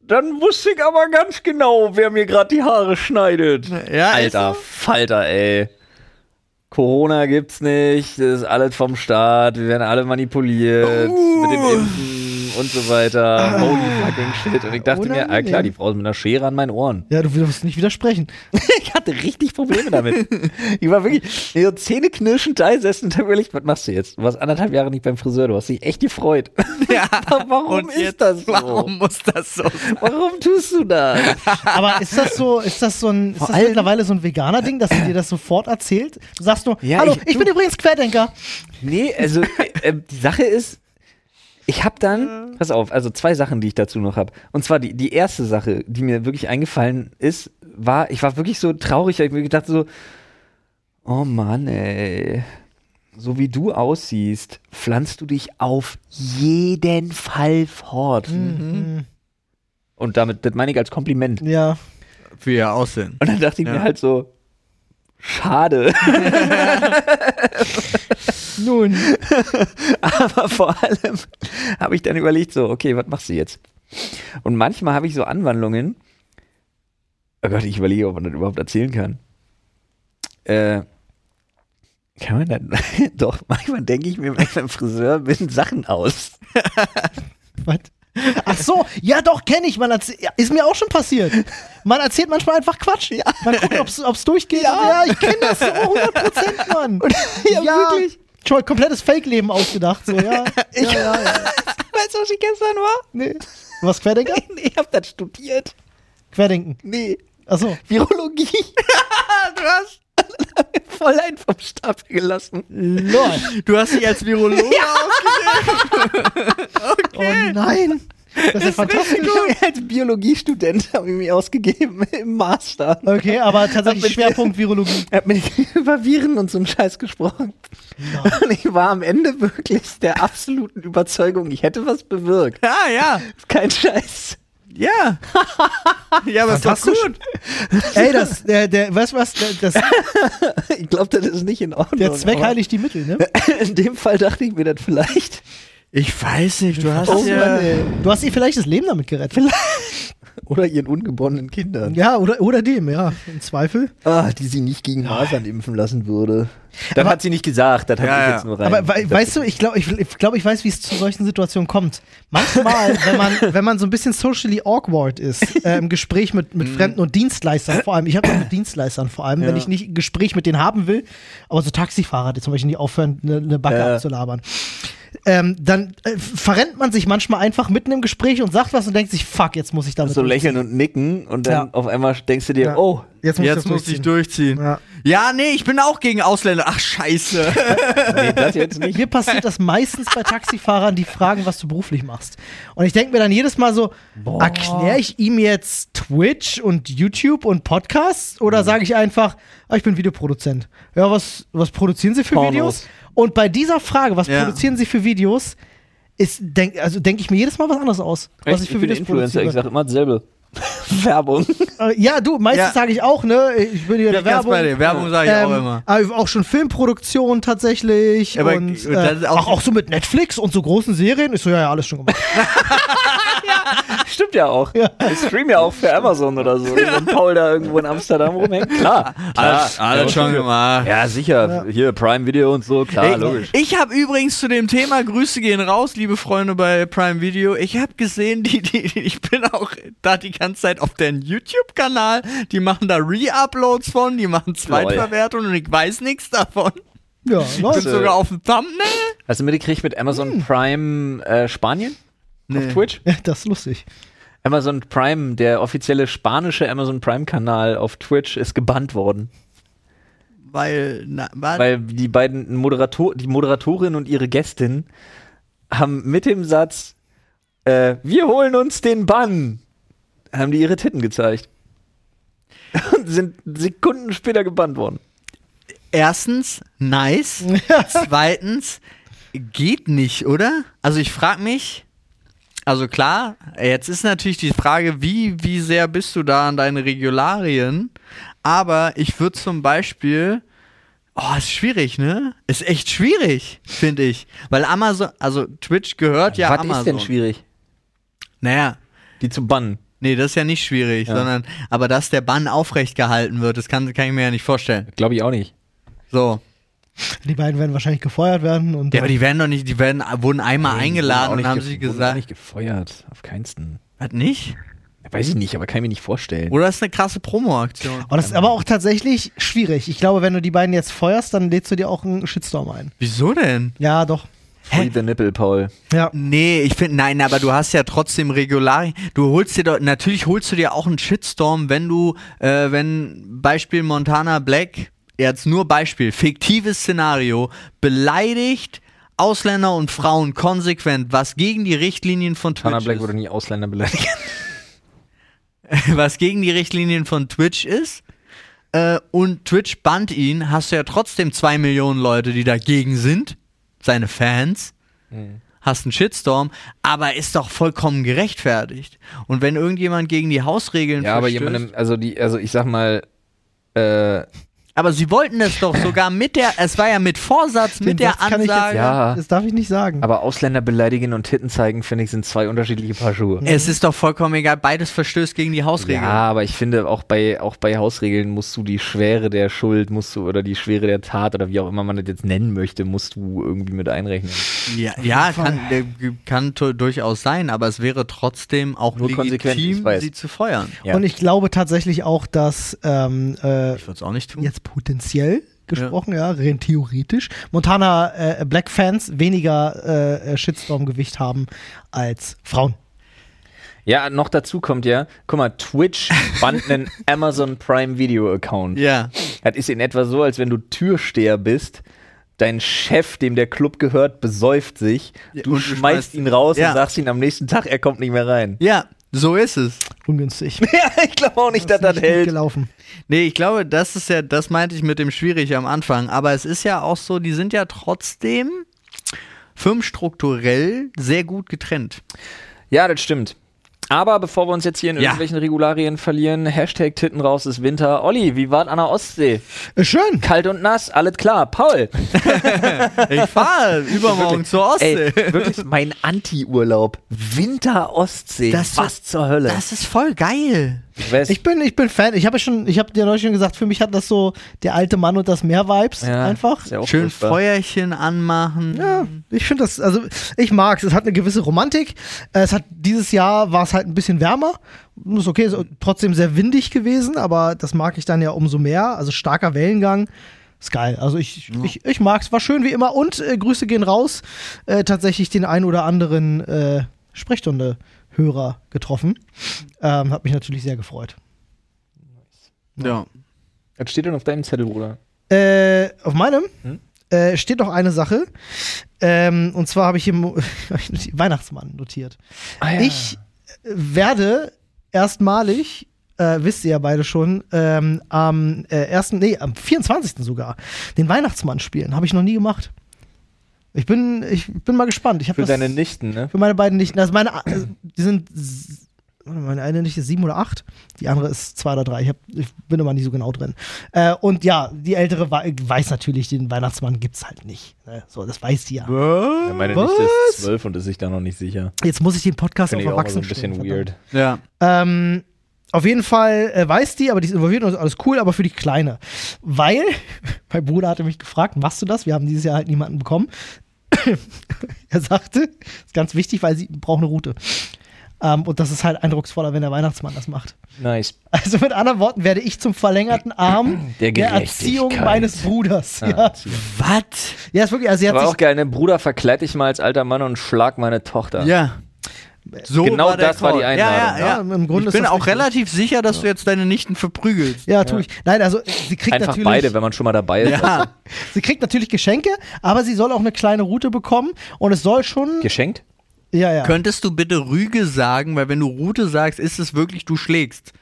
S5: Dann wusste ich aber ganz genau, wer mir gerade die Haare schneidet.
S4: Ja,
S5: Alter Falter, ey. Corona gibt's nicht, das ist alles vom Staat, wir werden alle manipuliert
S4: Uh.
S5: mit dem Impfen und so weiter. Holy fucking shit. Und ich dachte mir, ah,
S1: Unangenehm.
S5: klar, die Frau ist mit einer Schere an meinen Ohren.
S1: Ja, du wirst nicht widersprechen.
S5: ich hatte richtig Probleme damit. ich war wirklich nee, so zähneknirschend da gesessen und hab überlegt, was machst du jetzt? Du warst anderthalb Jahre nicht beim Friseur, du hast dich echt gefreut.
S4: Ja.
S5: Warum
S4: Und
S5: ist
S4: jetzt,
S5: das so?
S4: Warum muss das so sein?
S5: Warum tust du das?
S1: Aber ist das so, ist das so ein, ist das
S5: allem-
S1: mittlerweile so ein veganer Ding, dass sie dir das sofort erzählt? Du sagst nur,
S5: Ja,
S1: hallo,
S5: ich-
S3: äh,
S1: ich, bin übrigens Querdenker.
S5: Nee, also äh, die Sache ist,
S3: Ich habe dann, pass auf, also zwei Sachen, die ich dazu noch habe. Und zwar die, die erste Sache, die mir wirklich eingefallen ist, war, ich war wirklich so traurig, weil ich mir gedacht so, oh Mann, ey, so wie du aussiehst, pflanzt du dich auf jeden Fall fort.
S1: Hm.
S3: Und damit, das meine ich als Kompliment.
S1: Ja.
S4: Für ihr Aussehen.
S3: Und dann dachte ich
S4: Ja.
S3: mir halt so, schade.
S1: Nun.
S3: Aber vor allem habe ich dann überlegt, so, okay, was machst du jetzt? Und manchmal habe ich so Anwandlungen. Oh Gott, ich überlege, ob man das überhaupt erzählen kann. Äh, kann man dann. Doch, manchmal denke ich mir, wenn ich beim Friseur bin, Sachen aus.
S1: Was? Ach so, ja doch, kenne ich. Man erzäh- ja, ist mir auch schon passiert. Man erzählt manchmal einfach Quatsch. Man guckt, ob's, ob's durchgeht. Ja, ja ich kenne das so 100%, Mann.
S3: ja, wirklich.
S1: Schon mal komplettes Fake-Leben ausgedacht. So, ja. ja, ja, ja.
S3: Weißt du, was ich gestern war?
S1: Nee. Du warst Querdenker?
S3: Ich habe das studiert.
S1: Querdenken.
S3: Nee.
S1: Ach so.
S3: Virologie. du hast voll ein vom Stapel gelassen.
S1: Lord.
S4: Du hast dich als Virologe
S1: Oh nein. Das ist ja fantastisch.
S3: Ich hab mich als Biologiestudent habe ich mich ausgegeben im Master.
S1: Okay, aber
S3: Hab
S1: tatsächlich
S3: mit-
S1: Schwerpunkt Virologie.
S3: Er hat mit über Viren und so einen Scheiß gesprochen. Und ich war am Ende wirklich der absoluten Überzeugung, ich hätte was bewirkt.
S4: Ja, ja.
S3: Kein Scheiß.
S4: Ja. Ja, aber ist doch
S1: Fantastisch.
S4: gut.
S1: Ey, das, der, der, weißt du was, der, das,
S3: Ich glaube, das ist nicht in Ordnung.
S1: der Zweck
S3: aber-
S1: heiligt die Mittel, ne?
S3: In dem Fall dachte ich mir das vielleicht.
S4: Ich weiß nicht, du hast
S3: Oh Mann,
S4: ja.
S3: ey.
S1: Du hast ihr vielleicht das Leben damit gerettet.
S3: Oder ihren ungeborenen Kindern.
S1: Ja, oder, oder dem, ja. Im Zweifel.
S3: Ah, die sie nicht gegen Masern impfen lassen würde. Das hat sie nicht gesagt, das habe
S4: Ja,
S3: ich
S4: ja.
S3: jetzt nur rein.
S1: Aber wei weißt du, ich glaube, ich, ich, glaub, ich weiß, wie es zu solchen Situationen kommt. Manchmal, wenn man, wenn man so ein bisschen socially awkward ist, äh, im Gespräch mit, mit Fremden und Dienstleistern vor allem, ich habe mit Dienstleistern vor allem, wenn
S3: Mhm. Ja.
S1: ich nicht ein Gespräch mit denen haben will, aber so Taxifahrer, die zum Beispiel nicht aufhören, eine ne Backe
S3: Ja.
S1: abzulabern, ähm, dann äh, verrennt man sich manchmal einfach mitten im Gespräch und sagt was und denkt sich, fuck, jetzt muss ich damit.
S3: so lächeln und nicken und
S1: Ja.
S3: dann auf einmal denkst du dir,
S1: Ja.
S3: oh,
S1: jetzt muss
S4: Jetzt
S1: ich, das
S4: muss ich
S1: durchziehen.
S4: durchziehen.
S1: Ja.
S4: Ja, nee, ich bin auch gegen Ausländer. Ach, scheiße.
S3: nee, das jetzt nicht.
S1: Mir passiert das meistens bei Taxifahrern, die fragen, was du beruflich machst. Und ich denke mir dann jedes Mal so, erkläre ich ihm jetzt Twitch und YouTube und Podcasts
S3: Mhm.
S1: oder sage ich einfach, ah, ich bin Videoproduzent. Ja, was, was produzieren Sie für
S3: Pornos.
S1: Videos? Und bei dieser Frage, was
S4: Ja.
S1: produzieren Sie für Videos, ist, denk, also denke ich mir jedes Mal was anderes aus, was
S3: Echt?
S1: ich für
S3: bin
S1: Videos
S3: Influencer, ich
S1: produziere.
S3: sag immer dasselbe. Werbung.
S1: Äh, ja, du, meistens
S4: Ja.
S1: sage ich auch, ne, ich bin hier
S4: Ich
S1: der
S4: ganz
S1: Werbung.
S4: bei dir. Werbung sage ich
S1: Ähm,
S4: auch immer.
S1: Aber auch schon Filmproduktion tatsächlich.
S4: Aber
S1: und,
S4: und das
S1: äh,
S4: ist
S1: auch, ach,
S4: auch-
S1: auch so mit Netflix und so großen Serien. Ich so, ja, ja, alles schon gemacht.
S3: Stimmt ja auch.
S1: Ja.
S3: Ich stream ja auch für Amazon oder so. Wenn Paul da irgendwo in Amsterdam rumhängt. Klar. klar.
S4: Ah, Alles, alles schon gemacht. Ah,
S3: Ja, sicher. Hier Prime Video und so, klar,
S4: Ey,
S3: logisch.
S4: Ich habe übrigens zu dem Thema, Grüße gehen raus, liebe Freunde bei Prime Video. Ich habe gesehen, die, die, die, ich bin auch da die ganze Zeit auf deren YouTube-Kanal. Die machen da Re-Uploads von, die machen Zweitverwertungen und ich weiß nichts davon.
S1: Ja,
S4: Ich bin
S1: läuft.
S3: Äh,
S4: sogar auf dem Thumbnail.
S3: Hast du mitgekriegt mit
S1: Hm.
S3: Amazon Prime äh, Spanien? Auf Twitch?
S1: Ja, das ist lustig.
S3: Amazon Prime, der offizielle spanische Amazon Prime-Kanal auf Twitch ist gebannt worden.
S4: Weil, na, war,
S3: Weil die beiden Moderator, die Moderatorin und ihre Gästin haben mit dem Satz, äh, wir holen uns den Bann, haben die ihre Titten gezeigt. Und sind Sekunden später gebannt worden.
S4: erstens nice, zweitens geht nicht, oder? Also ich frage mich. Also klar, jetzt ist natürlich die Frage, wie, wie sehr bist du da an deine Regularien? Aber ich würde zum Beispiel, oh, ist schwierig, ne? Ist echt schwierig, finde ich. Weil Amazon, also Twitch gehört ja
S3: Was
S4: Amazon.
S3: ist denn schwierig?
S4: Naja,
S3: Die zu bannen.
S4: nee, das ist ja nicht schwierig,
S3: Ja.
S4: sondern, aber dass der Bann aufrecht gehalten wird, das kann, kann ich mir ja nicht vorstellen.
S3: Glaube ich auch nicht.
S4: So.
S1: Die beiden werden wahrscheinlich gefeuert werden. Und
S4: Ja, aber die werden doch nicht, die werden, wurden einmal eingeladen und haben sie
S3: Wurde auch
S4: gesagt,
S3: nicht gefeuert, auf keinsten.
S4: hat nicht?
S3: Weiß ich nicht, aber kann ich mir nicht vorstellen.
S4: Oder ist eine krasse Promo-Aktion?
S3: Oh.
S1: aber das ist aber auch tatsächlich schwierig. Ich glaube, wenn du die beiden jetzt feuerst, dann lädst du dir auch einen Shitstorm ein.
S4: Wieso denn?
S1: Ja, doch.
S3: Free the nipple, Paul.
S1: Ja.
S4: Nee, ich finde, nein, aber du hast ja trotzdem Regularien. Du holst dir doch, natürlich holst du dir auch einen Shitstorm, wenn du, äh, wenn Beispiel Montana Black, jetzt nur Beispiel, fiktives Szenario, beleidigt Ausländer und Frauen konsequent, was gegen die Richtlinien von
S3: Tana
S4: Twitch
S3: Black
S4: ist,
S3: würde nie Ausländer beleidigen.
S4: was gegen die Richtlinien von Twitch ist, äh, und Twitch bannt ihn, hast du ja trotzdem zwei Millionen Leute, die dagegen sind, seine Fans,
S3: Mhm.
S4: hast einen Shitstorm, aber ist doch vollkommen gerechtfertigt. Und wenn irgendjemand gegen die Hausregeln
S3: Ja, aber
S4: verstößt-
S3: jemandem, also die, also ich sag mal, äh,
S4: aber sie wollten es doch sogar mit der, es war ja mit Vorsatz,
S1: Den
S4: mit der
S1: Satz kann ich jetzt-
S4: Ansage.
S3: ja,
S1: Das darf ich nicht sagen.
S3: aber Ausländer beleidigen und Titten zeigen, finde ich, sind zwei unterschiedliche Paar Schuhe.
S4: Es ist doch vollkommen egal, beides verstößt gegen die Hausregeln.
S3: Ja, aber ich finde, auch bei, auch bei Hausregeln musst du die Schwere der Schuld, musst du, oder die Schwere der Tat, oder wie auch immer man das jetzt nennen möchte, musst du irgendwie mit einrechnen.
S4: Ja, ja kann, äh, g- kann tu- durchaus sein, aber es wäre trotzdem auch
S3: Nur konsequent, ich
S4: legitim,
S3: weiß.
S4: sie zu feuern.
S3: Ja.
S1: Und ich glaube tatsächlich auch, dass ähm, äh,
S4: Ich würde es auch nicht tun.
S1: jetzt potenziell gesprochen, ja, rein theoretisch, Montana äh, Black Fans weniger äh, äh, Shitstorm-Gewicht haben als Frauen.
S3: Ja, noch dazu kommt ja, guck mal, Twitch band einen Amazon Prime Video Account.
S4: Ja,
S3: Das ist in etwa so, als wenn du Türsteher bist, dein Chef, dem der Club gehört, besäuft sich,
S4: Ja,
S3: du
S4: und du
S3: schmeißt,
S4: schmeißt-
S3: ihn raus
S4: Ja.
S3: und sagst ihn am nächsten Tag, er kommt nicht mehr rein.
S4: ja, so ist es.
S1: Ungünstig.
S3: Ja, ich glaube auch nicht, dass das
S1: Nicht gut
S3: hält.
S1: gelaufen.
S4: Nee, ich glaube, das ist ja, das meinte ich mit dem schwierig am Anfang, aber es ist ja auch so, die sind ja trotzdem firmenstrukturell sehr gut getrennt.
S3: Ja, das stimmt. Aber bevor wir uns jetzt hier in
S4: Ja.
S3: irgendwelchen Regularien verlieren, Hashtag Titten raus ist Winter. Olli, wie war's an der Ostsee?
S1: Äh, schön.
S3: Kalt und nass, alles klar. Paul,
S4: Ich fahre übermorgen zur Ostsee.
S3: ey, wirklich mein Anti-Urlaub. Winter-Ostsee.
S4: Das-
S3: Was zur Hölle?
S4: Das ist voll geil.
S3: ich weiß,
S1: Ich bin, ich bin Fan. Ich habe schon, ich habe dir neulich schon gesagt, für mich hat das so der alte Mann und das Meer-Vibes
S3: ja,
S1: einfach.
S3: ist ja auch
S4: Schön
S3: furchtbar.
S4: Feuerchen anmachen.
S1: Ja, ich finde das, also ich mag es. Es hat eine gewisse Romantik. Äh, Es hat dieses Jahr war es halt ein bisschen wärmer. Ist okay, ist trotzdem sehr windig gewesen, aber das mag ich dann ja umso mehr. Also starker Wellengang. Ist geil. Also ich, ich, ich mag es. War schön wie immer. Und äh, Grüße gehen raus. Äh, tatsächlich den ein oder anderen äh, Sprechstunde-Hörer getroffen. Ähm, hat mich natürlich sehr gefreut.
S4: ja.
S3: Was steht denn auf deinem Zettel, Bruder?
S1: Äh, auf meinem
S3: Hm?
S1: äh, steht noch eine Sache. Ähm, und zwar habe ich hier Mo- hab ich noti- Weihnachtsmann notiert.
S3: Ah, ja.
S1: Ich äh, werde erstmalig, äh, wisst ihr ja beide schon, ähm, am äh, ersten, nee, am 24. sogar, den Weihnachtsmann spielen. Habe ich noch nie gemacht. Ich bin, ich bin mal gespannt. Ich hab
S3: Für
S1: das-
S3: deine Nichten, ne?
S1: Für meine beiden Nichten. Also meine, äh, die sind, s- warte mal, meine eine Nichte ist sieben oder acht, die andere ist zwei oder drei. Ich, hab, ich bin immer nicht so genau drin. Äh, und ja, die ältere wei- weiß natürlich, den Weihnachtsmann gibt's halt nicht. Ne? So, das weiß die ja.
S3: Ja, meine
S1: Was?
S3: Nichte ist zwölf und ist sich da noch nicht sicher.
S1: Jetzt muss ich den Podcast auf
S3: Finde ich auch mal so
S1: Erwachsenen
S3: ein bisschen
S1: stellen, verdammt.
S3: weird.
S4: Ja.
S1: Ähm, auf jeden Fall äh, weiß die, aber die ist involviert und ist alles cool, aber für die Kleine. Weil, mein Bruder hatte mich gefragt, machst du das? Wir haben dieses Jahr halt niemanden bekommen. er sagte, ist ganz wichtig, weil sie braucht eine Route. Ähm, und das ist halt eindrucksvoller, wenn der Weihnachtsmann das macht.
S3: Nice.
S1: Also mit anderen Worten werde ich zum verlängerten Arm
S3: Der
S1: der, Erziehung
S3: Gerechtigkeit.
S1: meines Bruders.
S3: Ah,
S1: Ja.
S3: Erziehung.
S4: Was?
S1: ja, ist wirklich, also sie hat
S3: War
S1: sich
S3: auch geil, ne? Bruder, verkleid dich mal als alter Mann und schlag meine Tochter.
S4: Ja. So
S3: Genau
S4: der
S3: das war die
S4: Call.
S3: Einladung,
S4: Ja, ja, ja.
S1: ja. Im Grunde
S4: ich
S1: ist
S4: bin
S1: das
S4: auch
S1: richtig.
S4: relativ sicher, dass du jetzt deine Nichten verprügelst.
S1: ja, tue ich. Nein, also sie kriegt
S3: Einfach
S1: natürlich
S3: beide, wenn man schon mal dabei ist.
S4: Ja.
S1: sie kriegt natürlich Geschenke, aber sie soll auch eine kleine Route bekommen und es soll schon
S3: Geschenkt?
S1: ja, ja.
S4: Könntest du bitte Rüge sagen, weil wenn du Rute sagst, ist es wirklich, du schlägst.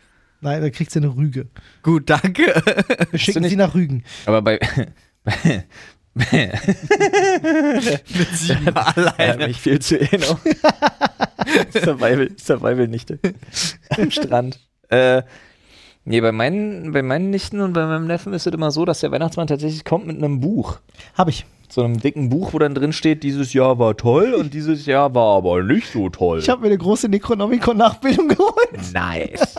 S1: Nein, dann kriegt sie eine Rüge.
S4: Gut, danke.
S1: Wir schicken
S3: nicht-
S1: sie nach Rügen.
S3: Aber bei.
S4: Mit sieben allein.
S3: mich viel zu erinnern. Survival, Survival-Nichte. Am Strand. Äh, nee, bei meinen, bei meinen Nichten und bei meinem Neffen ist es immer so, dass der Weihnachtsmann tatsächlich kommt mit einem Buch.
S1: Hab ich.
S3: so einem dicken Buch, wo dann drin steht, dieses Jahr war toll und dieses Jahr war aber nicht so toll.
S1: Ich habe mir eine große Necronomicon-Nachbildung geholt.
S3: nice.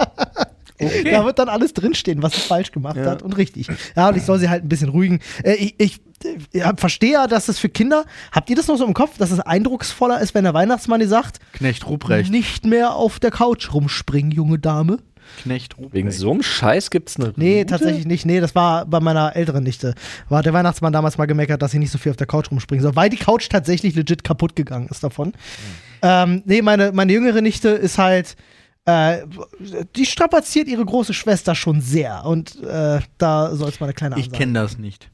S1: Da wird dann alles drinstehen, was sie falsch gemacht hat und richtig. Ja, und ich soll sie halt ein bisschen rügen. Äh, ich ich äh, ja, verstehe ja, dass das für Kinder. Habt ihr das noch so im Kopf, dass es eindrucksvoller ist, wenn der Weihnachtsmann dir sagt,
S4: Knecht Ruprecht.
S1: nicht mehr auf der Couch rumspringen, junge Dame?
S4: Knecht Ruprecht.
S3: Wegen so einem Scheiß gibt's eine
S1: Nee,
S3: Route?
S1: tatsächlich nicht. Nee, das war bei meiner älteren Nichte. War der Weihnachtsmann damals mal gemeckert, dass sie nicht so viel auf der Couch rumspringen soll, weil die Couch tatsächlich legit kaputt gegangen ist davon. Ähm, nee, meine, meine jüngere Nichte ist halt. Äh, die strapaziert ihre große Schwester schon sehr. Und äh, da soll es mal eine kleine
S4: Ich
S1: Ansage.
S4: kenne das nicht.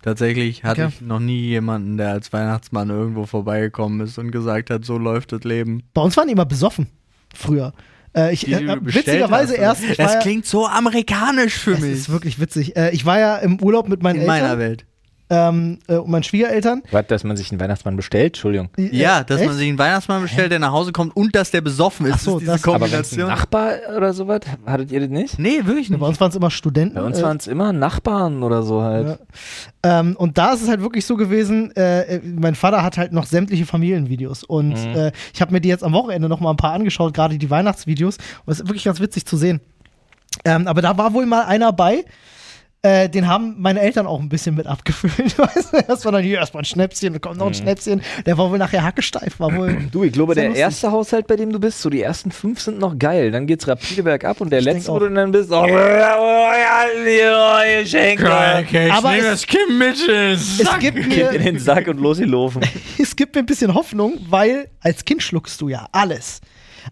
S4: Tatsächlich hatte
S1: Okay.
S4: ich noch nie jemanden, der als Weihnachtsmann irgendwo vorbeigekommen ist und gesagt hat, so läuft das Leben.
S1: Bei uns waren die immer besoffen. Früher. Äh, ich,
S4: die
S1: äh,
S4: du bestellt
S1: witzigerweise
S4: hast.
S1: erst. Ich war
S4: Das
S1: ja,
S4: klingt so amerikanisch für
S1: es
S4: mich.
S1: ist wirklich witzig. Äh, ich war ja im Urlaub mit meinen
S4: in meiner
S1: Eltern
S4: Welt.
S1: ähm, äh, und meinen Schwiegereltern.
S3: Was, dass man sich einen Weihnachtsmann bestellt? Entschuldigung.
S1: Die-
S4: Ja,
S1: äh,
S4: dass
S1: echt?
S4: man sich einen Weihnachtsmann bestellt, der nach Hause kommt und dass der besoffen ist.
S1: Ach so,
S4: ist diese
S1: das- Aber
S3: Aber wenn es ein
S4: Kombination.
S3: Nachbar oder sowas, hattet ihr das nicht?
S4: nee, wirklich
S1: Bei
S4: nicht.
S1: uns waren es immer Studenten.
S3: Bei uns
S1: äh,
S3: waren es immer Nachbarn oder so halt.
S1: Ja. Ähm, und da ist es halt wirklich so gewesen, äh, mein Vater hat halt noch sämtliche Familienvideos und
S3: Mhm.
S1: äh, ich habe mir die jetzt am Wochenende noch mal ein paar angeschaut, gerade die Weihnachtsvideos und es ist wirklich ganz witzig zu sehen. Ähm, aber da war wohl mal einer bei, äh, den haben meine Eltern auch ein bisschen mit abgefüllt. Weißt du, Erstmal dann hier, erstmal ein Schnäpschen, dann kommt noch ein Schnäpschen. Der war wohl nachher hackesteif, war wohl.
S3: Mhm. Du, ich glaube,
S1: Sehr
S3: der
S1: lustig.
S3: erste Haushalt, bei dem du bist, so die ersten fünf sind noch geil. Dann geht's rapide bergab und der letzte,
S1: auch.
S3: wo du dann bist, oh, Geschenke
S4: ich
S1: Aber nehm es- das
S4: Kim mit.
S1: Es gibt,
S3: Kind in
S1: mir,
S3: den Sack und losgelaufen.
S1: es gibt mir ein bisschen Hoffnung, weil als Kind schluckst du ja alles.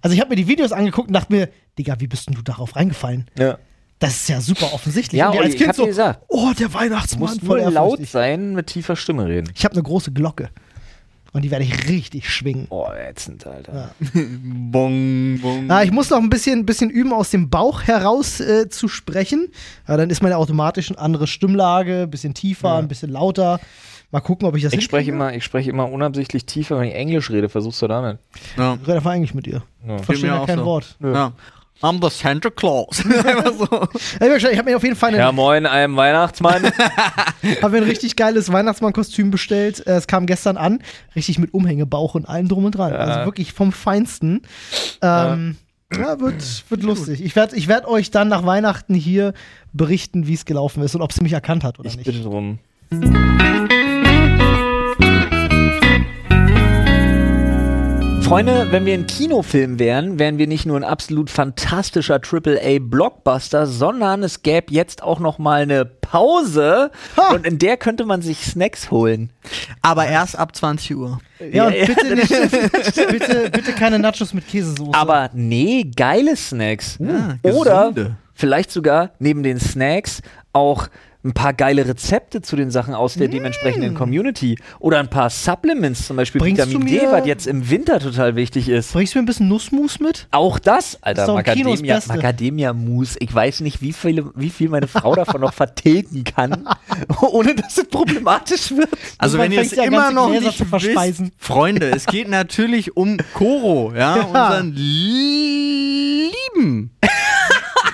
S1: Also ich habe mir die Videos angeguckt und dachte mir, Digga, wie bist denn du darauf reingefallen?
S3: Ja.
S1: Das ist ja super offensichtlich.
S3: Ja,
S1: Und dir
S3: Olli, ich hab dir gesagt.
S1: oh, der
S3: Du
S1: Weihnachtsmann
S3: musst nur laut
S1: ehrfurchtig.
S3: sein, mit tiefer Stimme reden.
S1: Ich habe eine große Glocke und die werde ich richtig schwingen.
S3: Oh, ätzend, Alter.
S4: Bong, bong.
S1: Ah, ich muss noch ein bisschen, bisschen üben, aus dem Bauch heraus äh, zu sprechen. Ja, dann ist meine automatisch eine andere Stimmlage, ein bisschen tiefer, ein bisschen lauter. Mal gucken, ob ich das
S3: Ich spreche
S1: hinkriege.
S3: immer, ich spreche immer unabsichtlich tiefer, wenn ich Englisch rede. Versuchst du damit?
S4: ja.
S1: Ich rede einfach eigentlich mit dir.
S3: Ja.
S1: Verstehe
S4: Geht mir
S1: ja
S4: auch
S1: kein
S4: so.
S1: Wort.
S4: Ja. I'm the Santa Claus. Einfach so.
S1: Ey, Äh, Ich habe mir auf jeden Fall eine
S3: Ja, moin, einem Weihnachtsmann.
S1: Haben wir ein richtig geiles Weihnachtsmannkostüm bestellt. Äh, Es kam gestern an, richtig mit Umhängebauch und allem drum und dran. Also wirklich vom Feinsten. Ähm, ja, wird, wird lustig. Ich werde ich werd euch dann nach Weihnachten hier berichten, wie es gelaufen ist und ob sie mich erkannt hat oder
S3: Ich
S1: nicht.
S3: bin drum. Freunde, wenn wir ein Kinofilm wären, wären wir nicht nur ein absolut fantastischer AAA-Blockbuster, sondern es gäbe jetzt auch noch mal eine Pause
S1: Ha!
S3: und in der könnte man sich Snacks holen.
S4: Aber erst ab 20 Uhr.
S1: Ja, und
S3: Ja, ja,
S1: bitte, nicht, bitte, bitte keine Nachos mit Käsesoße.
S3: Aber nee, geile Snacks.
S4: gesunde.
S3: Oder vielleicht sogar neben den Snacks auch ein paar geile Rezepte zu den Sachen aus der dementsprechenden Community. Oder ein paar Supplements, zum Beispiel
S1: Bringst
S3: Vitamin
S1: du
S3: D,
S1: mir-
S3: was jetzt im Winter total wichtig ist.
S1: Bringst du mir ein bisschen Nussmus mit?
S3: Auch das, Alter,
S1: Ist doch im Kino das
S3: Macadamia,
S1: Beste.
S3: Macadamia Mousse. Ich weiß nicht, wie, viele, wie viel meine Frau davon noch vertilgen kann, ohne dass es problematisch wird.
S4: Also
S1: Irgendwann
S4: wenn ihr es
S1: fängt ja
S4: immer
S1: ganze
S4: noch
S1: Gläser
S4: nicht
S1: zu verspeisen.
S4: wisst, Freunde, es geht natürlich um Koro, ja,
S1: Ja.
S4: unseren lieben,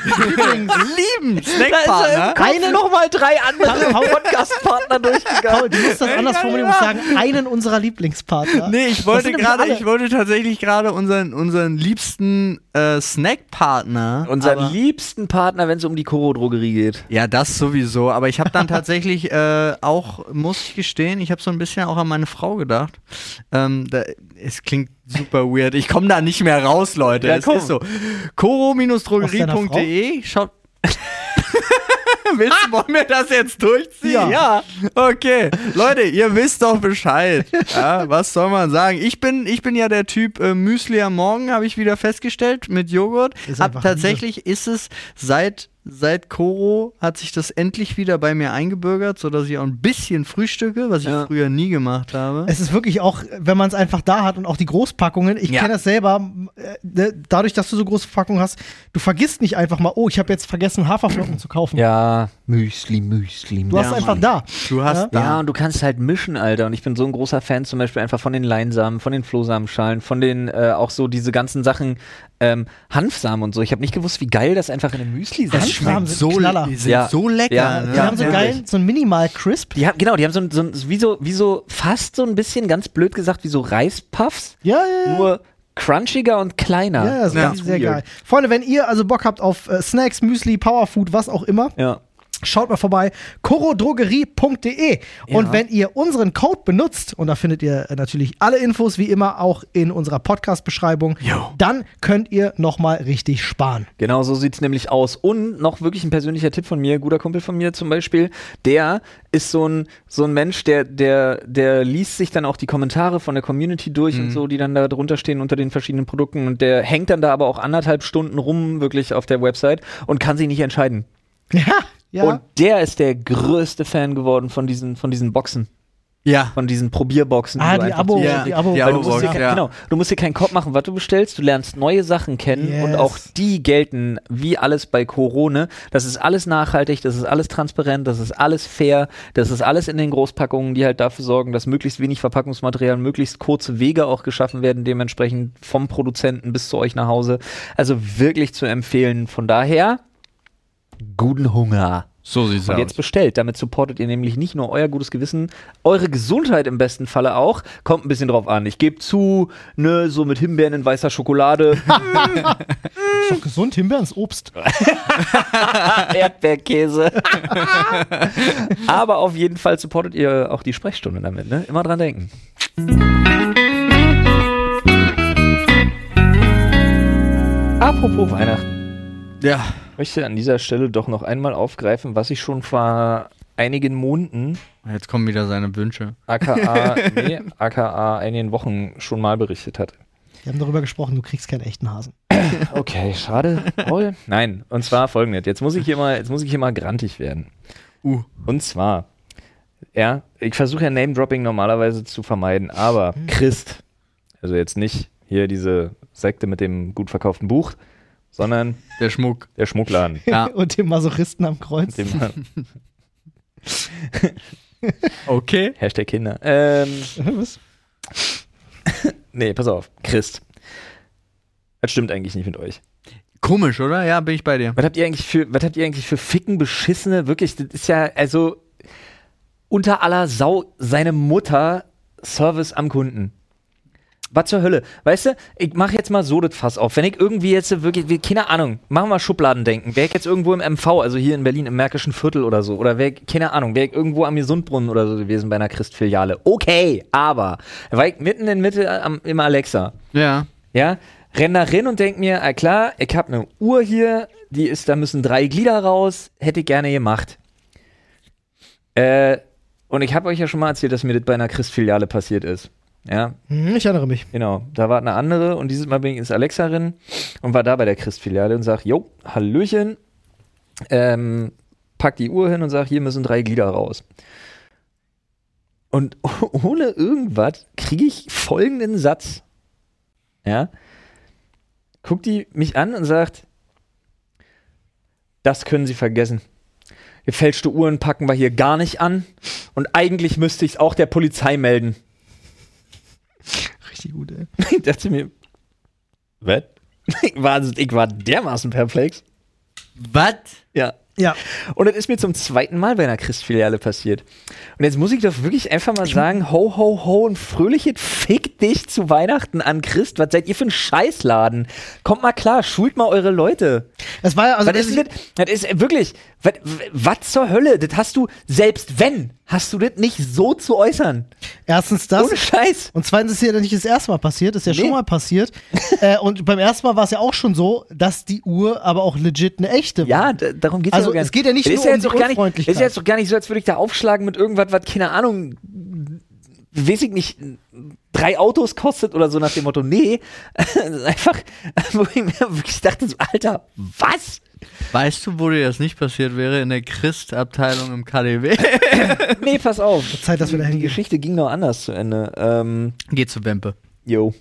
S4: lieben Snackpartner.
S3: Keine nochmal drei andere Podcastpartner durchgegangen.
S1: Paul, du musst das anders formulieren. Ich muss sagen, einen unserer Lieblingspartner.
S4: Nee, ich
S1: Das
S4: wollte
S1: sind nämlich
S4: gerade,
S1: alle.
S4: ich wollte tatsächlich gerade unseren, unseren liebsten äh, Snackpartner.
S3: Unseren
S4: aber-
S3: liebsten Partner, wenn es um die Koro-Drogerie geht.
S4: Ja, das sowieso. Aber ich habe dann tatsächlich äh, auch, muss ich gestehen, ich habe so ein bisschen auch an meine Frau gedacht. Ähm, da, es klingt super weird. Ich komme da nicht mehr raus, Leute.
S3: Ja,
S4: es
S3: komm.
S4: ist so. koro-drogerie.de E, Schaut. Willst du, wollen wir das jetzt durchziehen?
S1: Ja.
S4: Okay. Leute, ihr wisst doch Bescheid. Ja, was soll man sagen? Ich bin, ich bin ja der Typ äh, Müsli am Morgen, habe ich wieder festgestellt, mit Joghurt.
S1: Ist
S4: Hab
S1: einfach
S4: tatsächlich ist es seit, seit Koro hat sich das endlich wieder bei mir eingebürgert, sodass ich auch ein bisschen frühstücke, was ich
S3: Ja.
S4: früher nie gemacht habe.
S1: Es ist wirklich auch, wenn man es einfach da hat und auch die Großpackungen, ich
S4: Ja.
S1: kenne das selber, äh, ne, dadurch, dass du so große Packungen hast, du vergisst nicht einfach mal, oh, ich habe jetzt vergessen, Haferflocken zu kaufen.
S3: Ja, Müsli, Müsli.
S1: Du hast
S4: Ja,
S1: es einfach
S4: Mann.
S1: da.
S4: du hast
S1: Ja.
S4: da.
S3: ja, und du kannst halt mischen, Alter. Und ich bin so ein großer Fan zum Beispiel einfach von den Leinsamen, von den Flohsamenschalen, von den äh, auch so diese ganzen Sachen, ähm, Hanfsamen und so. Ich habe nicht gewusst, wie geil das einfach in einem Müsli
S1: Das
S3: ist.
S1: schmeckt so Knaller.
S4: die sind
S3: Ja.
S4: so lecker.
S3: Ja.
S4: ne?
S1: Die haben so
S4: Ja.
S1: geil, so ein Minimal-Crisp.
S3: Die haben, genau, die haben so, ein- so, ein- wie so, wie so fast so ein bisschen, ganz blöd gesagt, wie so Reispuffs,
S1: Ja, ja, ja.
S3: nur crunchiger und kleiner.
S1: Ja, das
S4: Ja.
S1: ist sehr geil. Freunde, wenn ihr also Bock habt auf äh, Snacks, Müsli, Powerfood, was auch immer,
S3: Ja.
S1: schaut mal vorbei, chorodrogerie.de. Und wenn ihr unseren Code benutzt, und da findet ihr äh, natürlich alle Infos wie immer auch in unserer Podcast-Beschreibung,
S4: Jo.
S1: dann könnt ihr nochmal richtig sparen.
S3: Genau, so sieht's nämlich aus. Und noch wirklich ein persönlicher Tipp von mir, guter Kumpel von mir zum Beispiel, der ist so ein, so ein Mensch, der, der, der liest sich dann auch die Kommentare von der Community durch
S1: Mhm.
S3: und so, die dann da drunter stehen unter den verschiedenen Produkten und der hängt dann da aber auch anderthalb Stunden rum wirklich auf der Website und kann sich nicht entscheiden.
S1: Ja, Ja.
S3: Und der ist der größte Fan geworden von diesen, von diesen Boxen,
S4: Ja.
S3: von diesen Probierboxen.
S1: Ah, die
S3: du einfach
S1: Abo-
S3: zu-
S1: Ja. die Abo-
S3: Weil du musst, dir,
S4: Abo-Box,
S3: kein-
S4: ja.
S3: genau, du musst dir keinen Kopf machen, was du bestellst. Du lernst neue Sachen kennen
S1: Yes.
S3: und auch die gelten wie alles bei Corona. Das ist alles nachhaltig, das ist alles transparent, das ist alles fair, das ist alles in den Großpackungen, die halt dafür sorgen, dass möglichst wenig Verpackungsmaterial, möglichst kurze Wege auch geschaffen werden, dementsprechend vom Produzenten bis zu euch nach Hause. Also wirklich zu empfehlen. Von daher, guten Hunger.
S4: So sieht's
S3: Und jetzt bestellt. Damit supportet ihr nämlich nicht nur euer gutes Gewissen, eure Gesundheit im besten Falle auch. Kommt ein bisschen drauf an. Ich gebe zu, ne, so mit Himbeeren in weißer Schokolade,
S1: Ist doch gesund, Himbeeren ist Obst.
S3: Erdbeerkäse. Aber auf jeden Fall supportet ihr auch die Sprechstunde damit, ne? Immer dran denken. Apropos Weihnachten,
S4: Ja.
S3: ich möchte an dieser Stelle doch noch einmal aufgreifen, was ich schon vor einigen Monaten
S4: Jetzt kommen wieder seine Wünsche.
S3: aka, nee, aka einigen Wochen schon mal berichtet hatte.
S1: Wir haben darüber gesprochen, du kriegst keinen echten Hasen.
S3: Okay, schade. Paul? Nein, und zwar folgendes. Jetzt muss ich hier mal, jetzt muss ich hier mal grantig werden.
S4: Uh.
S3: Und zwar, ja, ich versuche ja Name-Dropping normalerweise zu vermeiden, aber Christ, also jetzt nicht hier diese Sekte mit dem gut verkauften Buch, sondern
S4: Der Schmuck.
S3: der Schmuckladen.
S4: Ja.
S1: Und dem Masochisten am Kreuz.
S3: Dem
S4: Okay.
S3: Hashtag Kinder. Ähm,
S1: Was?
S3: nee, pass auf. Christ. Das stimmt eigentlich nicht mit euch.
S4: Komisch, oder? Ja, bin ich bei dir.
S3: Was habt ihr eigentlich für, was habt ihr eigentlich für ficken beschissene, wirklich, das ist ja, also unter aller Sau seine Mutter Service am Kunden. Was zur Hölle? Weißt du, ich mache jetzt mal so das Fass auf. Wenn ich irgendwie jetzt wirklich, wie- keine Ahnung, machen wir mal Schubladendenken. Wäre ich jetzt irgendwo im MV, also hier in Berlin im Märkischen Viertel oder so, oder wäre, ich- keine Ahnung, wäre ich irgendwo am Gesundbrunnen oder so gewesen bei einer Christfiliale. Okay, aber, war ich mitten in Mitte am, im Alexa
S4: Ja.
S3: ja, renn da rein und denk mir, ah klar, ich hab eine Uhr hier, die ist, da müssen drei Glieder raus, hätte ich gerne gemacht. Äh, und ich habe euch ja schon mal erzählt, dass mir das bei einer Christfiliale passiert ist. Ja,
S1: Hm, Ich erinnere mich.
S3: Genau, da war eine andere und dieses Mal bin ich ins Alexa drin und war da bei der Christfiliale und sag, jo, Hallöchen, ähm, pack die Uhr hin und sag, hier müssen drei Glieder raus. Und ohne irgendwas kriege ich folgenden Satz. Ja. Guckt die mich an und sagt, das können Sie vergessen. Gefälschte Uhren packen wir hier gar nicht an und eigentlich müsste ich es auch der Polizei melden.
S1: Richtig gut, ey.
S3: Ich dachte mir, was? Ich war, ich war dermaßen perplex.
S4: Was?
S3: Ja.
S1: Ja,
S3: Und das ist mir zum zweiten Mal bei einer Christfiliale passiert. Und jetzt muss ich doch wirklich einfach mal sagen, ho, ho, ho und fröhliches Fick dich zu Weihnachten an Christ. Was seid ihr für ein Scheißladen? Kommt mal klar, schult mal eure Leute.
S1: es war ja, also,
S3: Was ist denn das? Das ist äh, wirklich, was, was zur Hölle? Das hast du, selbst wenn, hast du das nicht so zu äußern.
S1: erstens das.
S3: Ohne Scheiß.
S1: Und zweitens ist ja nicht das erste Mal passiert, ist ja
S3: Nee.
S1: schon mal passiert. äh, und beim ersten Mal war es ja auch schon so, dass die Uhr aber auch legit eine echte war.
S3: Ja, da, darum geht es
S1: Also,
S3: ja auch gar
S1: es geht ja nicht
S3: Es
S1: nur
S3: ist
S1: um
S3: jetzt
S1: die
S3: auch gar nicht, Es
S1: Unfreundlichkeit.
S3: ist jetzt doch gar nicht so, als würde ich da aufschlagen mit irgendwas, was, keine Ahnung, weiß ich nicht, drei Autos kostet oder so nach dem Motto. Nee, einfach, wo ich mir wirklich dachte, so, Alter, was?
S4: Weißt du, wo dir das nicht passiert wäre? In der Christabteilung im KDW.
S3: Nee, pass auf.
S1: Zeit, dass wir da
S3: Die
S1: hingehen.
S3: Geschichte ging noch anders zu Ende. Ähm,
S4: Geh zu Wempe.
S3: yo.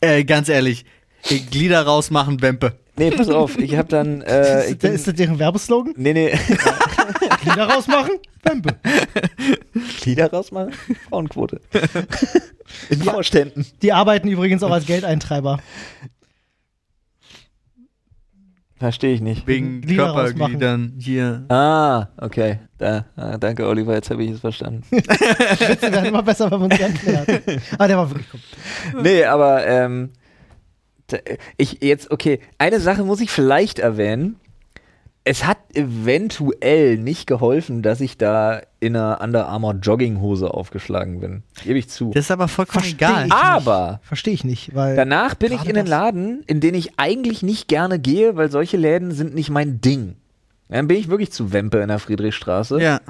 S4: Äh, ganz ehrlich. äh, Glieder rausmachen, Wempe.
S3: Nee, pass auf, ich hab dann, äh,
S1: Ist,
S3: ich
S1: das-
S3: bin,
S1: ist das deren Werbeslogan?
S3: nee, nee,
S1: Glieder rausmachen? Pempe.
S3: Glieder rausmachen, Frauenquote. In Vorständen.
S1: Die arbeiten übrigens auch als Geldeintreiber.
S3: Verstehe ich nicht.
S4: Wegen
S1: Glieder rausmachen.
S4: Körpergliedern hier.
S3: Ah, okay. Da, ah, danke, Oliver, jetzt habe ich es verstanden.
S1: Das wäre immer besser, wenn man sie erklärt. Ah, der war wirklich gut.
S3: nee, aber ähm, da, ich jetzt, okay, eine Sache muss ich vielleicht erwähnen. Es hat eventuell nicht geholfen, dass ich da in einer Under Armour Jogginghose aufgeschlagen bin. Gebe ich zu.
S4: Das ist aber vollkommen
S1: Versteh
S4: egal.
S1: ich.
S3: Ah, aber
S1: Verstehe ich nicht, weil
S3: danach bin ich
S1: Gerade
S3: in einen
S1: das.
S3: Laden, in den ich eigentlich nicht gerne gehe, weil solche Läden sind nicht mein Ding. Dann bin ich wirklich zu Wempe in der Friedrichstraße.
S4: Ja.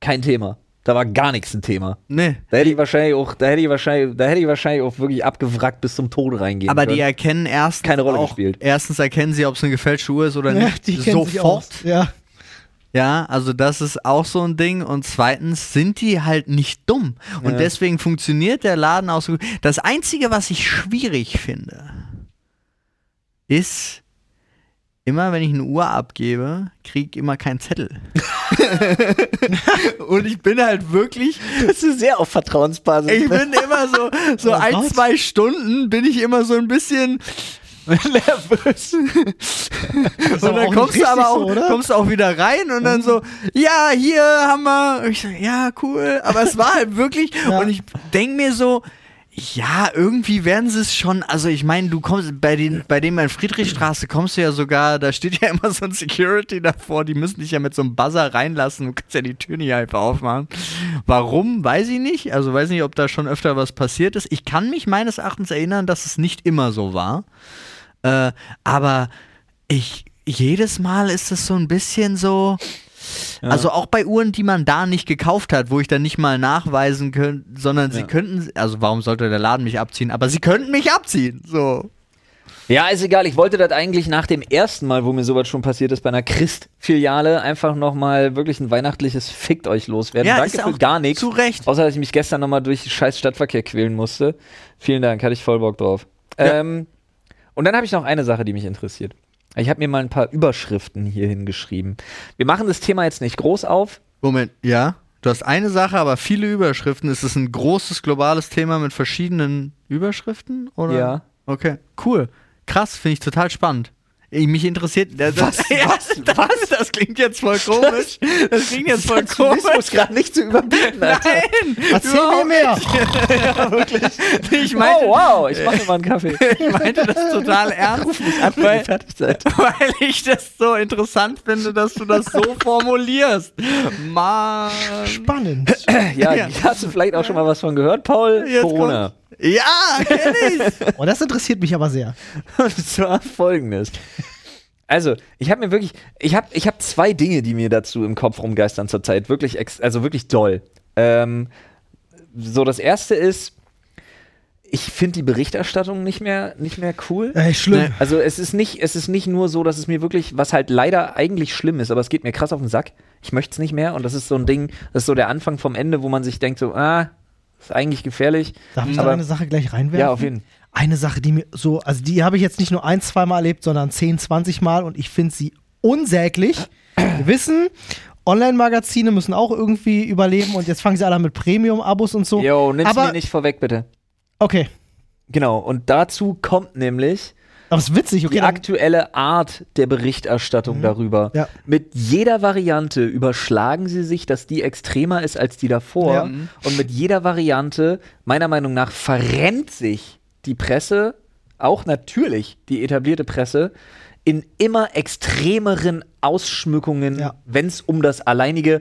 S3: Kein Thema. Da war gar nichts ein Thema.
S4: Nee.
S3: Da hätte ich wahrscheinlich auch, da hätte ich wahrscheinlich, da hätte ich wahrscheinlich auch wirklich abgewrackt bis zum Tode reingehen.
S4: Aber
S3: können.
S4: die erkennen erstens
S3: Keine Rolle
S4: auch,
S3: gespielt.
S4: Erstens erkennen sie, ob es eine gefälschte Uhr ist oder
S1: Ja,
S4: nicht.
S1: die kennen sich
S4: Sofort.
S1: aus. Ja.
S4: Ja, also das ist auch so ein Ding. Und zweitens sind die halt nicht dumm. Und deswegen funktioniert der Laden auch so gut. Das Einzige, was ich schwierig finde, ist, immer wenn ich eine Uhr abgebe, kriege ich immer keinen Zettel. Und ich bin halt wirklich,
S3: Das ist sehr auf Vertrauensbasis.
S4: ich bin immer so, so
S1: Oh
S4: ein,
S1: Gott.
S4: zwei Stunden bin ich immer so ein bisschen nervös.
S1: ist
S4: Und
S1: aber
S4: dann
S1: auch
S4: kommst
S1: nicht
S4: du aber
S1: richtig
S4: auch,
S1: so, oder? Mhm.
S4: kommst auch wieder rein und dann so, ja, hier haben wir. Und ich so, ja, cool. Aber es war halt wirklich, und ich denk mir so, ja, irgendwie werden sie es schon. Also ich meine, du kommst bei den, bei dem in Friedrichstraße kommst du ja sogar, da steht ja immer so ein Security davor, die müssen dich ja mit so einem Buzzer reinlassen. Du kannst ja die Tür nicht einfach aufmachen. Warum, weiß ich nicht. Also weiß nicht, ob da schon öfter was passiert ist. Ich kann mich meines Erachtens erinnern, dass es nicht immer so war. Äh, aber ich, jedes Mal ist es so ein bisschen so. Also auch bei Uhren, die man da nicht gekauft hat, wo ich dann nicht mal nachweisen könnte, sondern sie
S3: Ja.
S4: könnten, also warum sollte der Laden mich abziehen? Aber sie könnten mich abziehen. So.
S3: Ja, ist egal. Ich wollte das eigentlich nach dem ersten Mal, wo mir sowas schon passiert ist, bei einer Christ-Filiale einfach nochmal wirklich ein weihnachtliches Fickt euch loswerden.
S4: Ja,
S3: Danke
S4: ist
S3: für
S4: auch
S3: gar nichts.
S4: zu Recht.
S3: Außer, dass ich mich gestern nochmal durch den scheiß Stadtverkehr quälen musste. Vielen Dank, hatte ich voll Bock drauf. Ähm, und dann habe ich noch eine Sache, die mich interessiert. Ich habe mir mal ein paar Überschriften hier hingeschrieben. Wir machen das Thema jetzt nicht groß auf.
S4: Moment, ja. Du hast eine Sache, aber viele Überschriften. Ist es ein großes globales Thema mit verschiedenen Überschriften? Oder?
S3: Ja.
S4: Okay, cool. Krass, finde ich total spannend. Ich, mich interessiert. Das, was, was, das, was? Das klingt jetzt voll komisch. Das klingt jetzt voll komisch.
S3: Journalismus gerade nicht zu überbieten, Alter.
S1: Erzähl mir mehr.
S4: Ich meinte, äh,
S3: oh, wow, ich mache mir mal einen Kaffee.
S4: ich meinte das total ernst, weil, weil ich das so interessant finde, dass du das so formulierst. Mann.
S1: Spannend.
S3: Ja, hast du vielleicht auch schon mal was von gehört, Paul?
S4: Jetzt
S3: Corona.
S4: kommt's. Ja, kenn ich.
S1: Oh, das interessiert mich aber sehr.
S3: Und zwar folgendes. Also, ich habe mir wirklich, ich habe ich hab zwei Dinge, die mir dazu im Kopf rumgeistern zurzeit. Wirklich, ex also wirklich doll. Ähm, so, das erste ist, ich finde die Berichterstattung nicht mehr, nicht mehr cool.
S1: Ey, Äh, schlimm.
S4: Nee.
S3: Also es ist nicht, es ist nicht nur so, dass es mir wirklich, was halt leider eigentlich schlimm ist, aber es geht mir krass auf den Sack. Ich möchte es nicht mehr und das ist so ein Ding, das ist so der Anfang vom Ende, wo man sich denkt so, ah, ist eigentlich gefährlich.
S1: Darf ich
S3: Mhm. Aber-
S1: da eine Sache gleich reinwerfen?
S3: Ja, auf jeden.
S1: Eine Sache, die mir so, also die habe ich jetzt nicht nur ein, zweimal erlebt, sondern 10, 20 Mal und ich finde sie unsäglich. Wir wissen, Online-Magazine müssen auch irgendwie überleben und jetzt fangen sie alle an mit Premium-Abos und so.
S3: Jo, nimm's
S1: aber,
S3: mir nicht vorweg, bitte.
S1: Okay.
S3: Genau, und dazu kommt nämlich
S1: Aber es ist witzig, okay.
S3: die
S1: Dann,
S3: aktuelle Art der Berichterstattung darüber.
S1: Genau. Mhm. Ja.
S3: Mit jeder Variante überschlagen sie sich, dass die extremer ist als die davor. Mhm.
S1: Ja.
S3: Und mit jeder Variante, meiner Meinung nach, verrennt sich die Presse, auch natürlich die etablierte Presse, in immer extremeren Ausschmückungen,
S1: Ja.
S3: wenn es um das alleinige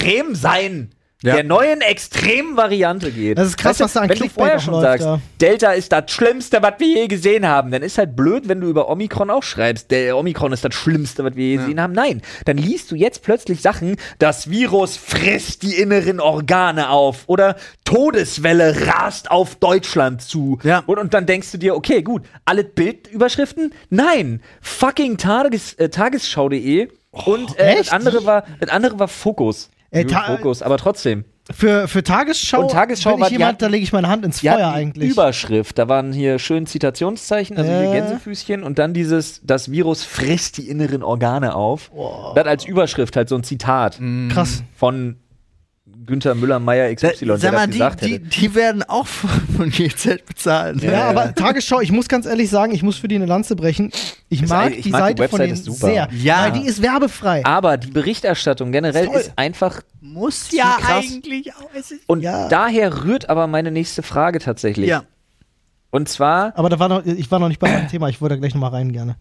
S3: Extremsein
S4: Ja.
S3: der neuen extremen Variante geht.
S1: Das ist krass, was da an
S3: Wenn du
S1: Clickbait
S3: vorher
S1: auch
S3: schon
S1: läuft,
S3: sagst,
S1: ja.
S3: Delta ist das Schlimmste, was wir je gesehen haben, dann ist halt blöd, wenn du über Omikron auch schreibst, der Omikron ist das Schlimmste, was wir je gesehen haben. Nein, dann liest du jetzt plötzlich Sachen, das Virus frisst die inneren Organe auf oder Todeswelle rast auf Deutschland zu.
S4: Ja.
S3: Und, und dann denkst du dir, okay, gut, alle Bildüberschriften? Nein, fucking Tages, äh, Tagesschau.de und äh, das,
S1: Oh, echt?
S3: andere war, das andere war Fokus.
S1: Ey,
S3: Gut,
S1: Ta-
S3: Fokus, aber trotzdem.
S1: für, für Tagesschau,
S3: Und Tagesschau
S1: bin
S3: war
S1: ich
S3: die
S1: jemand,
S3: hat-
S1: da lege ich meine Hand ins
S3: Die
S1: Feuer
S3: hatten
S1: eigentlich.
S3: Überschrift, da waren hier schön Zitationszeichen, also hier
S1: Äh.
S3: Gänsefüßchen und dann dieses, das Virus frisst die inneren Organe auf. Das als Überschrift halt so ein Zitat
S1: Krass.
S3: von Günther Müller-Meyer
S4: Da,
S3: XY, der
S4: sag mal,
S3: das
S4: die,
S3: gesagt
S4: die,
S3: hätte.
S4: die werden auch von von GZ bezahlt.
S1: Ja, aber Tagesschau, ich muss ganz ehrlich sagen, ich muss für die eine Lanze brechen. Ich mag,
S3: eigentlich- ich
S1: die
S3: mag die
S1: Seite von
S3: Website
S1: denen
S3: ist super.
S1: sehr.
S4: Ja.
S1: Weil die ist werbefrei.
S3: Aber die Berichterstattung generell
S1: Toll.
S3: ist einfach
S4: muss ja
S3: krass.
S4: eigentlich auch. Es ist
S3: und
S1: Ja.
S3: daher rührt aber meine nächste Frage tatsächlich.
S4: ja.
S3: Und zwar,
S1: Aber da war noch, ich war noch nicht bei meinem Thema, ich würde da gleich nochmal rein gerne.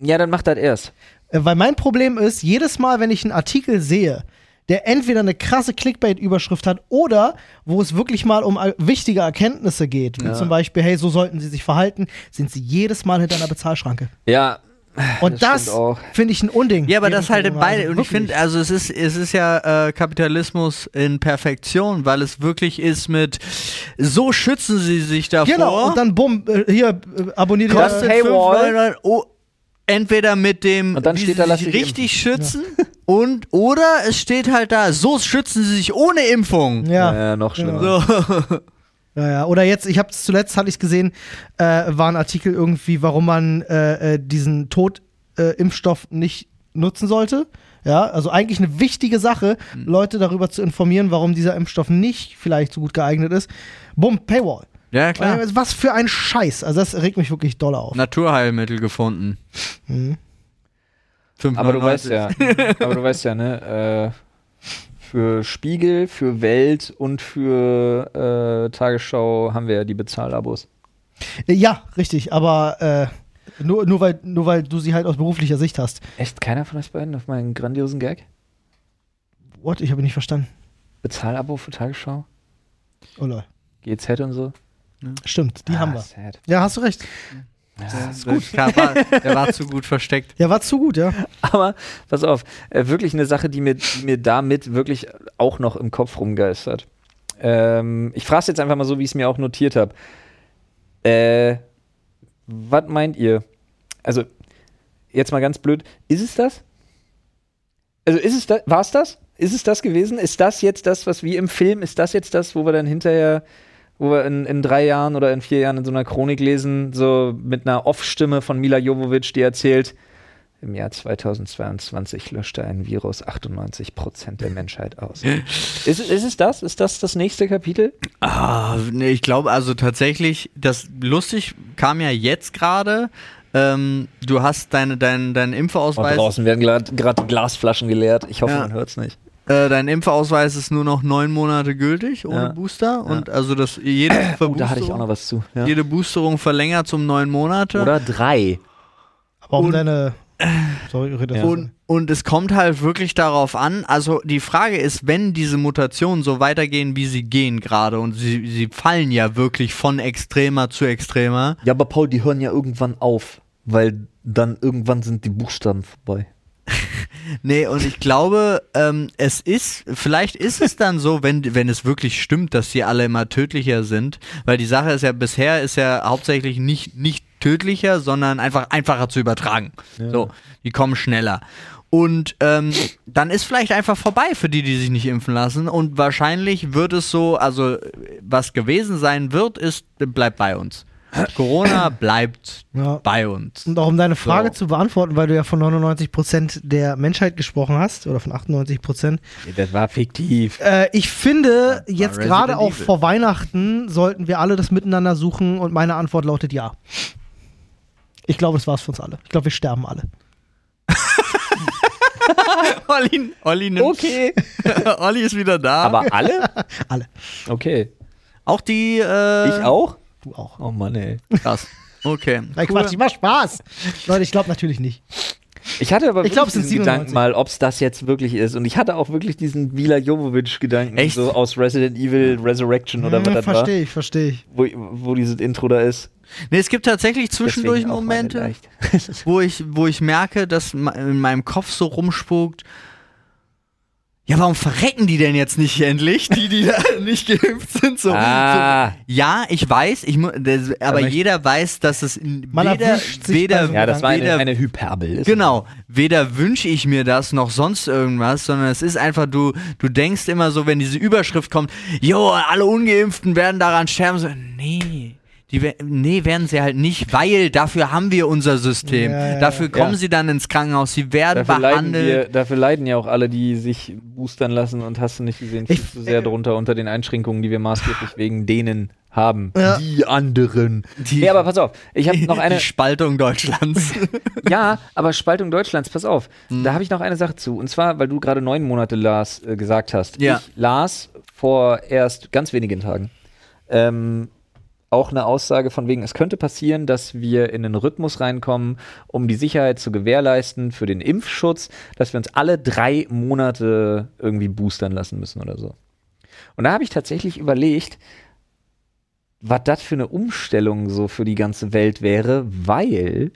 S3: ja, dann macht das erst.
S1: Äh, Weil mein Problem ist, jedes Mal, wenn ich einen Artikel sehe, der entweder eine krasse Clickbait-Überschrift hat oder wo es wirklich mal um äh, wichtige Erkenntnisse geht, wie zum Beispiel, hey, so sollten sie sich verhalten, sind sie jedes Mal hinter einer Bezahlschranke.
S3: Ja,
S1: Und
S3: Das
S1: das,
S3: stimmt auch.
S1: finde ich ein Unding.
S4: Ja, aber
S1: Während
S4: das halt in
S1: Corona, also
S4: beide. Und ich finde,
S1: wirklich.
S4: also es ist, es ist ja äh, Kapitalismus in Perfektion, weil es wirklich ist mit so schützen sie sich davor.
S1: Genau, und dann bumm, äh, hier, äh, abonniert
S3: Kostet
S1: ihr.
S3: Paywall.
S4: 5,99 oh, entweder mit dem,
S3: Und dann
S4: wie
S3: steht
S4: sie
S3: da, lass
S4: sich
S3: dich
S4: richtig schützen Und oder es steht halt da, so schützen sie sich ohne Impfung.
S1: Ja.
S3: Ja, äh, noch schlimmer.
S4: So.
S1: Ja, ja. Oder jetzt, ich habe zuletzt hatte ich gesehen, äh, war ein Artikel irgendwie, warum man äh, äh, diesen Totimpfstoff nicht nutzen sollte. Ja, also eigentlich eine wichtige Sache, Leute darüber zu informieren, warum dieser Impfstoff nicht vielleicht so gut geeignet ist. Bumm, Paywall.
S4: Ja, klar.
S1: Äh, Was für ein Scheiß. Also das regt mich wirklich doll auf.
S4: Naturheilmittel gefunden.
S1: Mhm.
S3: Aber du weißt ja, aber du weißt ja, ne? Äh, für Spiegel, für Welt und für äh, Tagesschau haben wir ja die Bezahlabos.
S1: Äh, Ja, richtig, aber äh, nur, nur, weil, nur weil du sie halt aus beruflicher Sicht hast.
S3: Echt keiner von euch beiden auf meinen grandiosen Gag?
S1: What? Ich habe ihn nicht verstanden.
S3: Bezahlabo für Tagesschau?
S1: Oh lol.
S3: GZ und so?
S1: Stimmt, die
S3: Ah,
S1: haben wir.
S3: Sad.
S1: Ja, hast du recht.
S4: Das ist gut. Der war, der war zu gut versteckt.
S1: Ja, war zu gut, ja.
S3: Aber pass auf, äh, wirklich eine Sache, die mir, die mir damit wirklich auch noch im Kopf rumgeistert. Ähm, ich frage jetzt einfach mal so, wie ich es mir auch notiert habe. Äh, was meint ihr? Also, jetzt mal ganz blöd, ist es das? Also, ist es das, war es das? Ist es das gewesen? Ist das jetzt das, was wie im Film, ist das jetzt das, wo wir dann hinterher, wo wir in, in drei Jahren oder in vier Jahren in so einer Chronik lesen, so mit einer Off-Stimme von Mila Jovovic, die erzählt, im Jahr 2022 löschte ein Virus 98 Prozent der Menschheit aus. ist, ist es das? Ist das das nächste Kapitel?
S4: Ah, nee, ich glaube also tatsächlich, das lustig kam ja jetzt gerade. Ähm, du hast deine, dein, deinen Impfausweis.
S3: Oh, werden gerade Glasflaschen geleert. Ich hoffe,
S4: Ja.
S3: man hört es nicht.
S4: Äh, dein Impfausweis ist nur noch neun Monate gültig ohne
S3: Ja.
S4: Booster. Und also das jede, Verboosterung,
S3: Oh, da hatte ich auch noch was zu. Ja.
S4: jede Boosterung verlängert um neun Monate.
S3: Oder drei.
S1: Aber um
S4: Und-
S1: deine. Sorry, Rita.
S4: Und, und es kommt halt wirklich darauf an, also die Frage ist, wenn diese Mutationen so weitergehen, wie sie gehen gerade, und sie, sie fallen ja wirklich von extremer zu extremer,
S3: Ja, aber Paul, die hören ja irgendwann auf, weil dann irgendwann sind die Buchstaben vorbei.
S4: Nee, und ich glaube, ähm, es ist, vielleicht ist es dann so, wenn, wenn es wirklich stimmt, dass sie alle immer tödlicher sind, weil die Sache ist ja, bisher ist ja hauptsächlich nicht, nicht tödlicher, sondern einfach einfacher zu übertragen. So, die kommen schneller. Und ähm, dann ist vielleicht einfach vorbei für die, die sich nicht impfen lassen. Und wahrscheinlich wird es so, also was gewesen sein wird, ist, bleibt bei uns. Corona bleibt
S1: Ja.
S4: bei uns.
S1: Und auch um deine Frage
S4: So.
S1: zu beantworten, weil du ja von 99% der Menschheit gesprochen hast, oder von 98%.
S3: Das war fiktiv.
S1: Äh, ich finde,
S4: war
S1: jetzt
S4: Resident
S1: gerade auch
S4: Evil.
S1: vor Weihnachten sollten wir alle das miteinander suchen und meine Antwort lautet ja. Ich glaube, das war's für uns alle. Ich glaube, wir sterben alle.
S4: Olli, Olli, nimmt-
S3: Okay.
S4: Olli ist wieder da.
S3: Aber alle?
S1: Alle.
S3: Okay.
S4: Auch die. Äh,
S3: Ich auch?
S1: Du auch.
S3: Oh Mann, ey.
S4: Krass. Okay.
S1: Nein, Quatsch, ich mach Spaß. Leute, ich glaube natürlich nicht.
S3: Ich hatte aber
S1: Ich
S3: wirklich
S1: glaub, es sind
S3: diesen Gedanken
S1: 97.
S3: mal, ob es das jetzt wirklich ist. Und ich hatte auch wirklich diesen Mila Jovovich-Gedanken,
S4: Echt?
S3: so aus Resident Evil Resurrection oder was das war,
S1: Hm, verstehe ich, verstehe ich.
S3: wo, wo dieses Intro da ist.
S4: Nee, es gibt tatsächlich zwischendurch
S3: Deswegen auch meine
S4: Momente,
S3: leicht.
S4: wo ich, wo ich merke, dass ma- in meinem Kopf so rumspukt. Ja, warum verrecken die denn jetzt nicht endlich, die, die da nicht geimpft sind? So,
S3: Ah.
S4: so. Ja, ich weiß, ich, mu- das, aber
S3: möchte- jeder
S4: jeder weiß, dass es n-
S1: Man
S4: weder,
S1: erwischt sich bei
S4: weder,
S1: so
S3: ja, das war eine,
S4: weder
S3: eine Hyperbel. Ist
S4: Genau, weder wünsche ich mir das noch sonst irgendwas, sondern es ist einfach, du, du denkst immer so, wenn diese Überschrift kommt, jo, alle Ungeimpften werden daran sterben, so, nee. Die, we- nee, werden sie halt nicht, weil dafür haben wir unser System.
S1: Ja, ja,
S4: dafür kommen
S3: Ja.
S4: sie dann ins Krankenhaus, sie werden
S3: Dafür leiden, wir,
S4: Genau, behandelt.
S3: dafür leiden ja auch alle, die sich boostern lassen und hast du nicht gesehen, viel
S1: Ich-
S3: zu sehr drunter unter den Einschränkungen, die wir maßgeblich wegen denen haben. Die anderen.
S4: Die-
S3: Nee, aber pass auf, ich habe noch eine.
S4: Die Spaltung Deutschlands.
S3: Ja, aber Spaltung Deutschlands, pass auf. Da habe ich noch eine Sache zu. Und zwar, weil du gerade neun Monate las, äh, gesagt hast.
S4: Ja.
S3: Ich las vor erst ganz wenigen Tagen ähm, auch eine Aussage von wegen, es könnte passieren, dass wir in einen Rhythmus reinkommen, um die Sicherheit zu gewährleisten für den Impfschutz, dass wir uns alle drei Monate irgendwie boostern lassen müssen oder so. Und da habe ich tatsächlich überlegt, was das für eine Umstellung so für die ganze Welt wäre, weil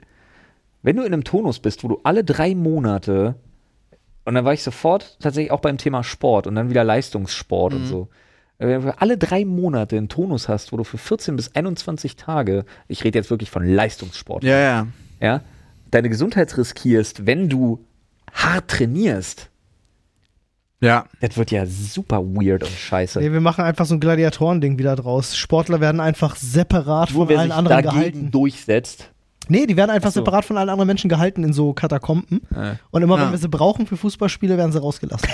S3: wenn du in einem Tonus bist, wo du alle drei Monate, und dann war ich sofort tatsächlich auch beim Thema Sport und dann wieder Leistungssport
S1: Mhm.
S3: und so, wenn du alle drei Monate einen Tonus hast, wo du für 14 bis 21 Tage, ich rede jetzt wirklich von Leistungssport,
S4: ja, ja.
S3: ja, deine Gesundheit riskierst, wenn du hart trainierst,
S4: Ja.
S3: Das wird ja super weird und scheiße.
S1: Nee, wir machen einfach so ein Gladiatoren-Ding wieder draus. Sportler werden einfach separat
S3: Nur
S1: von
S3: wer
S1: allen
S3: sich
S1: anderen
S3: dagegen
S1: gehalten.
S3: durchsetzt.
S1: Nee, die werden einfach
S3: Ach so.
S1: separat von allen anderen Menschen gehalten in so Katakomben. Und immer
S4: Ja.
S1: wenn wir sie brauchen für Fußballspiele, werden sie rausgelassen.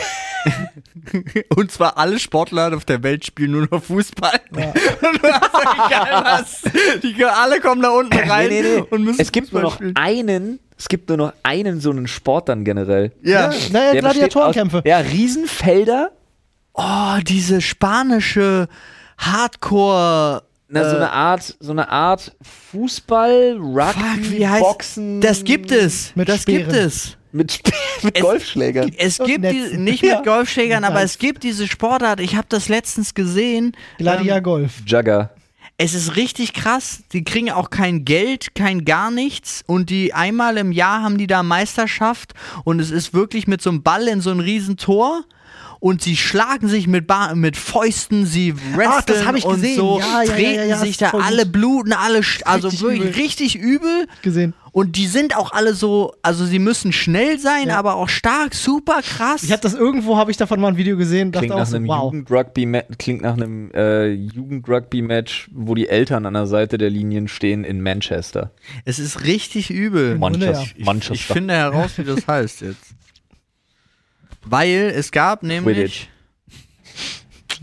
S4: Und zwar alle Sportler auf der Welt spielen nur noch Fußball. Und das ist egal was. Die, gehen- alle kommen da unten rein
S3: Nee, nee, nee.
S4: und müssen
S3: es gibt nur
S4: Fußball
S3: noch
S4: spielen.
S3: einen, es gibt nur noch einen so einen Sport dann generell.
S1: naja,
S4: Ja.
S3: Der besteht
S1: Gladiatorenkämpfe.
S3: aus- Ja, Riesenfelder,
S4: Oh, diese spanische Hardcore.
S3: na, so
S4: äh,
S3: eine Art, so eine Art Fußball, Rugby,
S4: Fuck, wie heißt
S3: Boxen.
S4: Das gibt es.
S1: Mit
S4: das gibt
S1: Speeren.
S4: es.
S3: Mit, Sp- mit
S4: Es-
S3: Golfschlägern.
S4: Es
S1: Und
S4: gibt
S1: Netzen.
S4: die, nicht mit
S1: Ja.
S4: Golfschlägern, aber
S1: Nice.
S4: es gibt diese Sportart. Ich habe das letztens gesehen.
S1: Gladia
S3: Ähm.
S1: Golf.
S3: Jugger.
S4: Es ist richtig krass. Die kriegen auch kein Geld, kein gar nichts. Und die einmal im Jahr haben die da Meisterschaft. Und es ist wirklich mit so einem Ball in so ein Riesentor. Und sie schlagen sich mit, ba mit Fäusten, sie
S1: Ach, Ah, das
S4: wresteln
S1: hab ich
S4: und
S1: gesehen.
S4: so
S1: Ja, ja, ja,
S4: treten
S1: ja, ja,
S4: sich
S1: ist
S4: da
S1: voll
S4: alle
S1: gut.
S4: bluten, alle, sch- also
S1: Richtig
S4: wirklich
S1: übel.
S4: richtig übel.
S1: Gesehen.
S4: Und die sind auch alle so, also sie müssen schnell sein,
S1: Ja.
S4: aber auch stark, super krass.
S1: Ich habe das irgendwo, habe ich davon mal ein Video gesehen und dachte
S3: Klingt
S1: auch
S3: nach,
S1: so,
S3: einem
S1: wow.
S3: Jugendrugby klingt nach einem äh, Jugendrugby-Match, wo die Eltern an der Seite der Linien stehen in Manchester.
S4: es ist richtig übel.
S1: Grunde,
S3: Manchester.
S4: Ich,
S3: Manchester.
S4: ich finde heraus, wie das heißt jetzt. Weil es gab nämlich.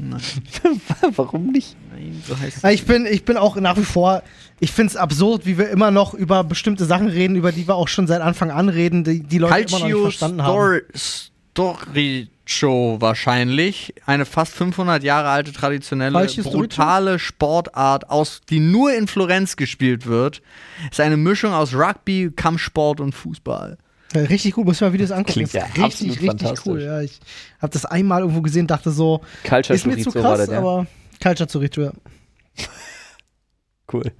S4: Nein,
S3: Warum nicht?
S4: nein, so heißt
S1: Ich bin, ich bin auch nach wie vor, ich finde es absurd, wie wir immer noch über bestimmte Sachen reden, über die wir auch schon seit Anfang an reden, die, die Leute immer noch nicht
S4: Calcio
S1: verstanden haben.
S4: Stor Storico wahrscheinlich. Eine fast 500 Jahre alte traditionelle,
S1: Calcio Storico?
S4: brutale Sportart, aus, die nur in Florenz gespielt wird. Ist eine Mischung aus Rugby, Kampfsport und Fußball.
S1: Ja, richtig gut, muss ich mal Videos angucken.
S3: Klingt
S1: das
S3: ja
S1: ist
S3: absolut
S1: richtig, richtig
S3: fantastisch.
S1: cool. Ja, ich habe das einmal irgendwo gesehen, dachte so,
S3: Culture
S1: ist mir zu
S3: Chorizo war
S1: krass,
S3: das, ja.
S1: aber Culture Zurito, ja.
S3: Cool.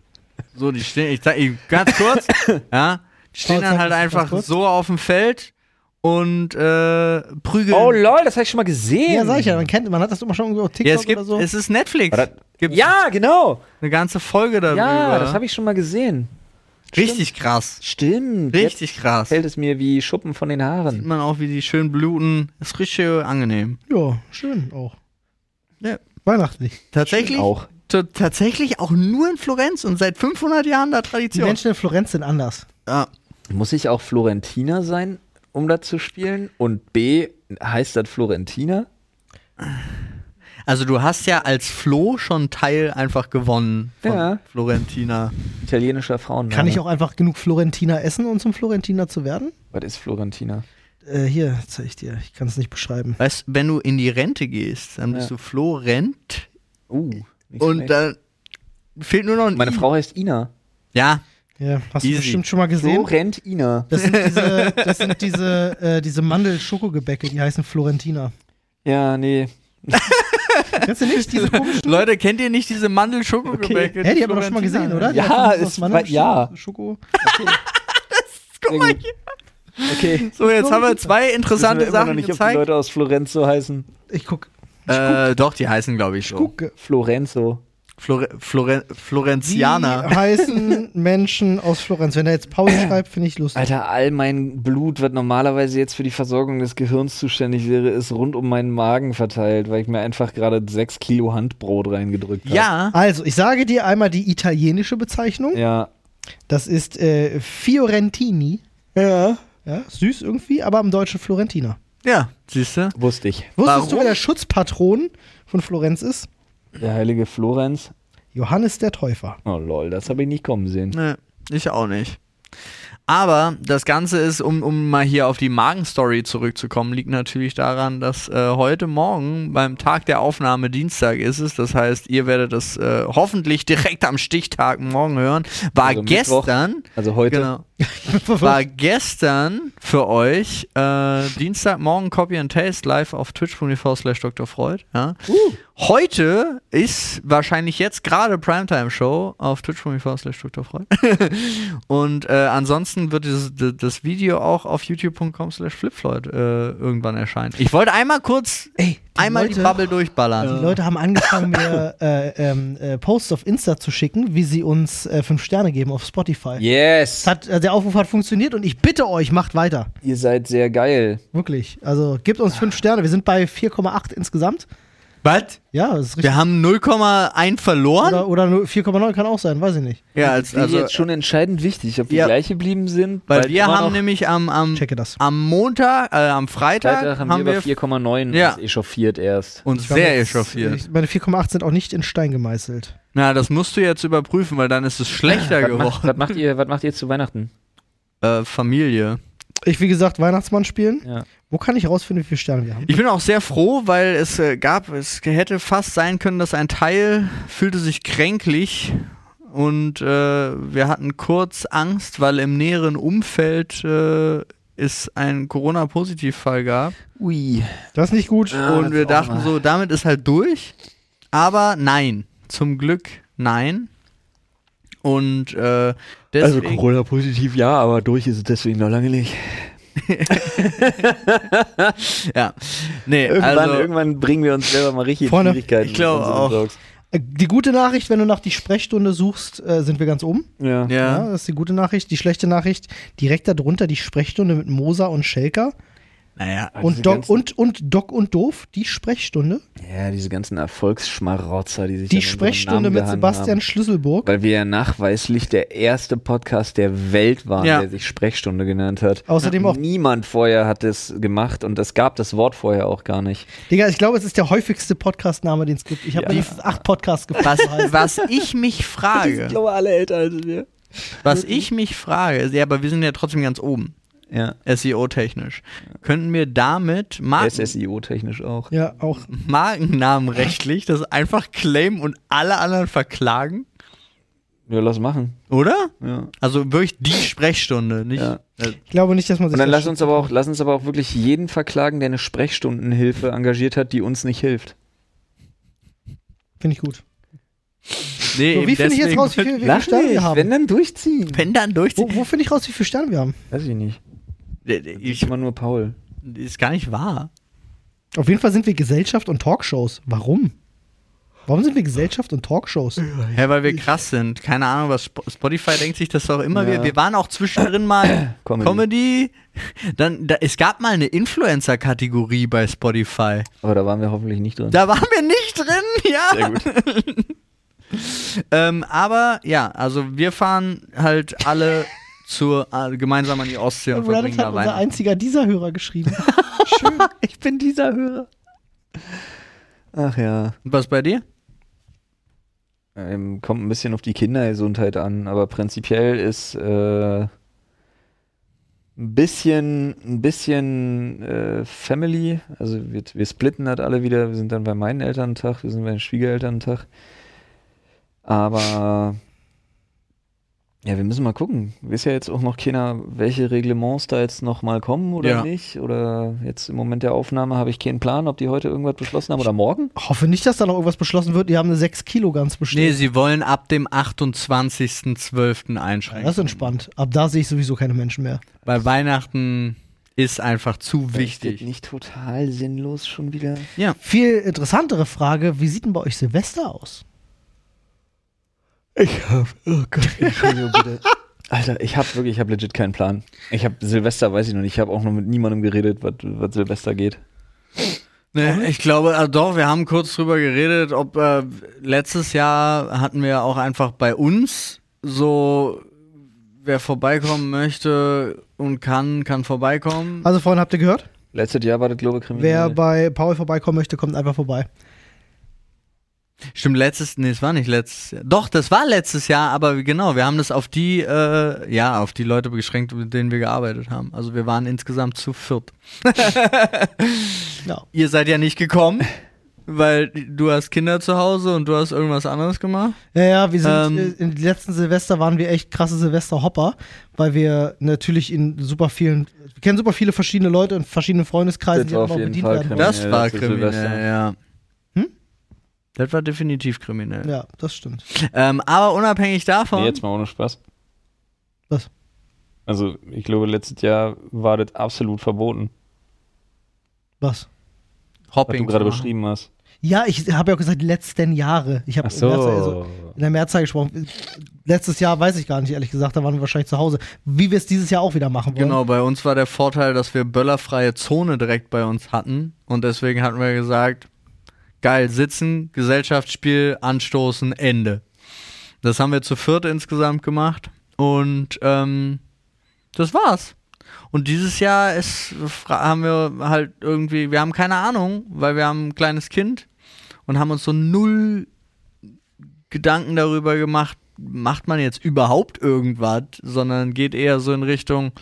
S4: So, die stehen, ich sag ich- ganz kurz, ja, die stehen
S1: Paul,
S4: dann
S1: zeig
S4: halt
S1: das
S4: einfach
S1: ganz kurz.
S4: so auf dem Feld und äh, prügeln.
S3: Oh lol, das habe ich schon mal gesehen.
S1: Ja, sag ich ja, man kennt, man hat das immer schon so auf TikTok
S4: ja, es gibt,
S1: oder so.
S4: es ist Netflix.
S3: War das-
S4: Gibt
S3: Ja, genau.
S4: eine ganze Folge darüber.
S3: Ja, das habe ich schon mal gesehen.
S4: Richtig krass.
S3: Stimmt.
S4: Richtig
S3: Jetzt
S4: krass.
S3: fällt es mir wie Schuppen von den
S4: Sieht
S3: Haaren.
S4: man auch, wie die schön bluten. Ist richtig äh, angenehm.
S1: ja, schön auch.
S4: Ja.
S1: Weihnachtlich.
S4: Tatsächlich
S3: Auch.
S4: t- tatsächlich auch nur in Florenz und seit 500 Jahren da
S1: Die
S4: Tradition.
S1: Menschen in Florenz sind anders.
S4: Ja.
S3: Muss ich auch Florentiner sein, um das zu spielen? Und B, heißt das Florentiner?
S4: Also du hast ja als Flo schon Teil einfach gewonnen von
S3: Ja.
S4: Florentina.
S3: Italienischer Frauenname.
S1: Kann ich auch einfach genug Florentiner essen, um zum Florentiner zu werden?
S3: Was ist Florentiner?
S1: Äh, hier, zeig ich dir. Ich kann es nicht beschreiben.
S4: Weißt wenn du in die Rente gehst, dann bist
S3: Ja.
S4: du Florent
S3: Uh, nicht
S4: und
S3: schlecht.
S4: dann fehlt nur noch ein
S3: Meine
S4: I.
S3: Frau heißt Ina.
S4: Ja,
S1: Ja, hast
S4: Easy.
S1: du bestimmt schon mal gesehen.
S3: Florent Ina.
S1: Das sind diese, das sind diese, äh, diese Mandel-Schokogebäcke, die heißen Florentiner.
S3: Ja, nee.
S1: Kennst du nicht diese komischen?
S4: Leute, kennt ihr nicht diese Mandelschokogebäcke?
S1: Hä, die haben wir doch schon mal gesehen, oder? Die
S3: Ja,
S1: einfach nur so
S3: es
S1: aus Mandel-
S3: war- ja.
S1: Schoko.
S4: Guck mal hier.
S3: Okay.
S4: So, jetzt haben wir zwei
S3: Wissen
S4: interessante
S3: wir immer noch
S4: Sachen
S3: nicht, ob die
S4: gezeigt.
S3: Leute aus Florenz so heißen.
S1: Ich guck.
S4: Äh, doch, die heißen, glaube ich, so.
S1: Gucke.
S3: Florenzo.
S4: Flore Flore
S1: Wie
S4: Florentianer.
S1: heißen Menschen aus Florenz? Wenn er jetzt Paul schreibt, finde ich lustig.
S3: Alter, all mein Blut, was normalerweise jetzt für die Versorgung des Gehirns zuständig wäre, ist rund um meinen Magen verteilt, weil ich mir einfach gerade sechs Kilo Handbrot reingedrückt habe.
S4: Ja,
S1: Also, ich sage dir einmal die italienische Bezeichnung.
S3: Ja.
S1: Das ist äh, Fiorentini.
S3: Ja.
S1: Ja, süß irgendwie, aber im Deutschen Florentiner.
S4: ja, siehst du?
S3: Wusste ich.
S1: Wusstest
S4: Warum?
S1: du, wer der Schutzpatron von Florenz ist?
S3: Der heilige Florenz.
S1: Johannes der Täufer.
S3: Oh lol, das habe ich nicht kommen sehen.
S4: Nee, ich auch nicht. Aber das Ganze ist, um, um mal hier auf die Magenstory zurückzukommen, liegt natürlich daran, dass äh, heute Morgen beim Tag der Aufnahme Dienstag ist es. Das heißt, ihr werdet das äh, hoffentlich direkt am Stichtag morgen hören. War
S3: Also Mittwoch.
S4: gestern.
S3: Also heute.
S4: Genau. War gestern für euch äh, Dienstagmorgen Copy and Taste live auf twitch.tv slash Dr. Freud. Ja.
S1: Uh.
S4: Heute ist wahrscheinlich jetzt gerade Primetime Show auf twitch.tv slash Dr. Freud. Und äh, ansonsten wird das, das Video auch auf youtube.com slash flipfloyd äh, irgendwann erscheinen. Ich wollte einmal kurz
S1: Ey, die
S4: einmal die
S1: Leute-
S4: Bubble durchballern.
S1: Die Leute haben angefangen, mir äh, ähm, äh, Posts auf Insta zu schicken, wie sie uns äh, fünf Sterne geben auf Spotify. Es
S3: Yes.
S1: Hat, äh, der Aufruf hat funktioniert und ich bitte euch, macht weiter.
S3: Ihr seid sehr geil.
S1: Wirklich. Also gebt uns fünf Sterne. Wir sind bei 4,8 insgesamt.
S4: Was?
S1: Ja, das ist richtig.
S4: Wir haben 0,1 verloren?
S1: Oder, oder nur 4,9 kann auch sein, weiß ich nicht.
S4: Ja,
S3: Das ist jetzt schon entscheidend wichtig, ob wir
S4: Ja.
S3: gleich geblieben sind.
S4: weil wir
S3: immer
S4: haben
S3: noch-
S4: nämlich am, am,
S1: Checke das.
S4: am Montag, äh, am Freitag,
S3: Freitag haben,
S4: haben
S3: wir bei
S4: wir
S3: 4,9
S4: Ja.
S3: das echauffiert erst.
S4: uns
S1: Ich war
S4: sehr
S1: jetzt-
S4: echauffiert.
S1: ich- Meine 4,8 sind auch nicht in Stein gemeißelt.
S4: Na, das musst du jetzt überprüfen, weil dann ist es schlechter
S3: Was macht,
S4: geworden.
S3: was, macht ihr, was macht ihr zu Weihnachten?
S4: Äh, Familie.
S1: Ich, wie gesagt, Weihnachtsmann spielen.
S3: Ja.
S1: Wo kann ich rausfinden, wie viele Sterne wir haben?
S4: Ich bin auch sehr froh, weil es äh, gab, es hätte fast sein können, dass ein Teil fühlte sich kränklich und äh, wir hatten kurz Angst, weil im näheren Umfeld äh, es einen Corona-Positivfall gab.
S3: Ui.
S1: Das ist nicht gut.
S4: und wir dachten so, damit ist halt durch. Aber nein, zum Glück nein. Und
S1: Also
S4: äh, deswegen,
S3: Corona-positiv Also ja, aber durch ist es deswegen noch lange nicht.
S4: ja. Nee,
S3: Irgendwann,
S4: also,
S3: irgendwann bringen wir uns selber mal richtig in
S1: Freunde,
S3: Schwierigkeiten.
S4: ich glaube
S3: mit unseren
S4: auch.
S3: Talks.
S1: Äh, Die gute Nachricht, wenn du nach die Sprechstunde suchst, äh, sind wir ganz oben.
S3: Ja.
S1: Ja.
S4: ja.
S1: das ist die gute Nachricht. Die schlechte Nachricht, direkt darunter die Sprechstunde mit Mosa und Schelker.
S4: Naja,
S3: Ah, diese
S1: Und Doc
S3: ganzen-
S1: und, und Doc und Doof, die Sprechstunde.
S3: ja, diese ganzen Erfolgsschmarotzer, die sich
S1: Die
S3: an unseren
S1: Sprechstunde
S3: Namen
S1: mit
S3: gehangen
S1: Sebastian
S3: Haben.
S1: Schlüsselburg
S3: Weil wir ja nachweislich der erste Podcast der Welt waren,
S4: Ja.
S3: der sich Sprechstunde genannt hat.
S1: Außerdem auch-
S3: Niemand vorher hat es gemacht und es gab das Wort vorher auch gar nicht.
S1: Digga, ich glaube, es ist der häufigste Podcast-Name, den es gibt. Ich habe mindestens acht Podcasts
S4: was,
S1: gefunden.
S4: was ich mich frage,
S3: glaube, alle älter als wir.
S4: was ich mich frage, ist, ja, aber wir sind ja trotzdem ganz oben,
S3: Ja.
S4: SEO-technisch. Könnten wir damit
S3: Ah.
S4: Marken,
S3: SSIO-technisch auch.
S1: ja, auch.
S4: markennamenrechtlich das einfach claimen und alle anderen verklagen?
S3: Ja, lass machen.
S4: Oder?
S3: Ja.
S4: Also wirklich die Sprechstunde, nicht?
S3: Ja.
S4: Äh,
S1: Ich glaube nicht, dass man sich.
S3: Und dann
S1: das
S3: lass uns aber auch, lass uns aber auch wirklich jeden verklagen, der eine Sprechstundenhilfe engagiert hat, die uns nicht hilft.
S1: Finde ich gut.
S4: nee,
S1: So,
S4: eben
S1: wie finde ich jetzt
S4: deswegen
S1: raus, wie
S4: wollte-
S1: viel- wie viele Sterne wir
S3: wenn
S1: haben?
S3: dann durchziehen.
S4: Wenn dann durchziehen.
S1: Wo, wo finde ich raus, wie viele Sterne wir haben?
S3: Weiß ich nicht.
S4: Ich,
S3: Ich immer nur Paul.
S4: ist gar nicht wahr.
S1: Auf jeden Fall sind wir Gesellschaft und Talkshows. Warum? Warum sind wir Gesellschaft und Talkshows?
S4: Ja, weil wir krass sind. Keine Ahnung, was Sp Spotify denkt sich das doch immer.
S3: Ja.
S4: Wir, wir waren auch zwischendrin mal
S3: Comedy.
S4: Comedy. Dann, da, es gab mal eine Influencer-Kategorie bei Spotify.
S3: Aber da waren wir hoffentlich nicht drin.
S4: Da waren wir nicht drin, ja.
S3: Sehr gut.
S4: Ähm, aber ja, also wir fahren halt alle zur äh, gemeinsam an die Ostsee und
S1: Und hat
S4: verbringen
S1: unser
S4: da Weihnachten.
S1: einziger dieser Hörer geschrieben.
S3: Ich bin dieser Hörer. Ach ja.
S4: Und Was bei dir?
S3: Ähm, kommt ein bisschen auf die Kindergesundheit an, aber prinzipiell ist äh, ein bisschen, ein bisschen äh, Family. Also wir, wir splitten halt alle wieder. Wir sind dann bei meinen Elterntag, wir sind bei den Schwiegerelterntag. Aber ja, wir müssen mal gucken. Weiß ja jetzt auch noch keiner, welche Reglements da jetzt noch mal kommen oder
S4: Ja.
S3: nicht. Oder jetzt im Moment der Aufnahme habe ich keinen Plan, ob die heute irgendwas beschlossen haben oder morgen.
S1: Hoffe nicht, dass da noch irgendwas beschlossen wird. Die haben eine 6 Kilo ganz
S4: Nee,
S1: bestimmt.
S4: sie wollen ab dem 28.12.
S1: das ist
S4: einschränken.
S1: entspannt. Ab da sehe ich sowieso keine Menschen mehr.
S4: Bei Weihnachten ist einfach zu
S3: Ist
S4: wichtig.
S3: das Nicht total sinnlos schon wieder.
S1: Viel interessantere Frage: Wie sieht denn bei euch Silvester aus?
S3: Ich hab, oh Gott, Entschuldigung bitte. Alter, ich hab wirklich, ich hab legit keinen Plan. Ich hab Silvester, weiß ich noch nicht, ich hab auch noch mit niemandem geredet, was- was Silvester geht.
S4: Ne, ich glaube, äh, doch, wir haben kurz drüber geredet, ob äh, letztes Jahr hatten wir auch einfach bei uns so, wer vorbeikommen möchte und kann, kann vorbeikommen.
S1: Also, Freunde, habt ihr gehört?
S3: Letztes Jahr war das Globe kriminell.
S1: Wer bei Paul vorbeikommen möchte, kommt einfach vorbei.
S4: Stimmt, letztes, nee, es war nicht letztes Jahr. Doch, das war letztes Jahr, aber genau, wir haben das auf die, äh, ja, auf die Leute beschränkt, mit denen wir gearbeitet haben. Also wir waren insgesamt zu viert.
S1: Ja.
S4: Ihr seid ja nicht gekommen, weil du hast Kinder zu Hause und du hast irgendwas anderes gemacht.
S1: Ja, ja, wir sind
S4: Ähm.
S1: äh, im letzten Silvester waren wir echt krasse Silvesterhopper, weil wir natürlich in super vielen, wir kennen super viele verschiedene Leute in verschiedenen Freundeskreisen,
S3: Das
S1: die
S3: war
S1: aber
S3: auf
S1: auch
S3: jeden
S1: bedient
S3: Fall
S1: werden
S3: kriminell.
S1: wollen.
S4: Das war
S3: zu
S4: kriminell,
S3: Silvester.
S4: ja.
S1: Hm?
S4: Das war definitiv kriminell.
S1: Ja, das stimmt.
S4: Ähm, aber unabhängig davon,
S3: Nee, jetzt mal ohne Spaß.
S1: Was?
S6: Also ich glaube, letztes Jahr war das absolut verboten,
S1: Was?
S6: was du
S4: Hopping.
S6: gerade
S4: zu machen.
S6: beschrieben hast.
S1: Ja, ich habe ja auch gesagt, die letzten Jahre. Ich habe
S6: Ach so.
S1: also in der Mehrzahl gesprochen. Letztes Jahr weiß ich gar nicht, ehrlich gesagt, da waren wir wahrscheinlich zu Hause. Wie wir es dieses Jahr auch wieder machen wollen.
S4: Genau, bei uns war der Vorteil, dass wir böllerfreie Zone direkt bei uns hatten. Und deswegen hatten wir gesagt, geil, sitzen, Gesellschaftsspiel, anstoßen, Ende. Das haben wir zu viert insgesamt gemacht. Und ähm, das war's. Und dieses Jahr ist, fra- haben wir halt irgendwie, wir haben keine Ahnung, weil wir haben ein kleines Kind und haben uns so null Gedanken darüber gemacht, macht man jetzt überhaupt irgendwas, sondern geht eher so in Richtung,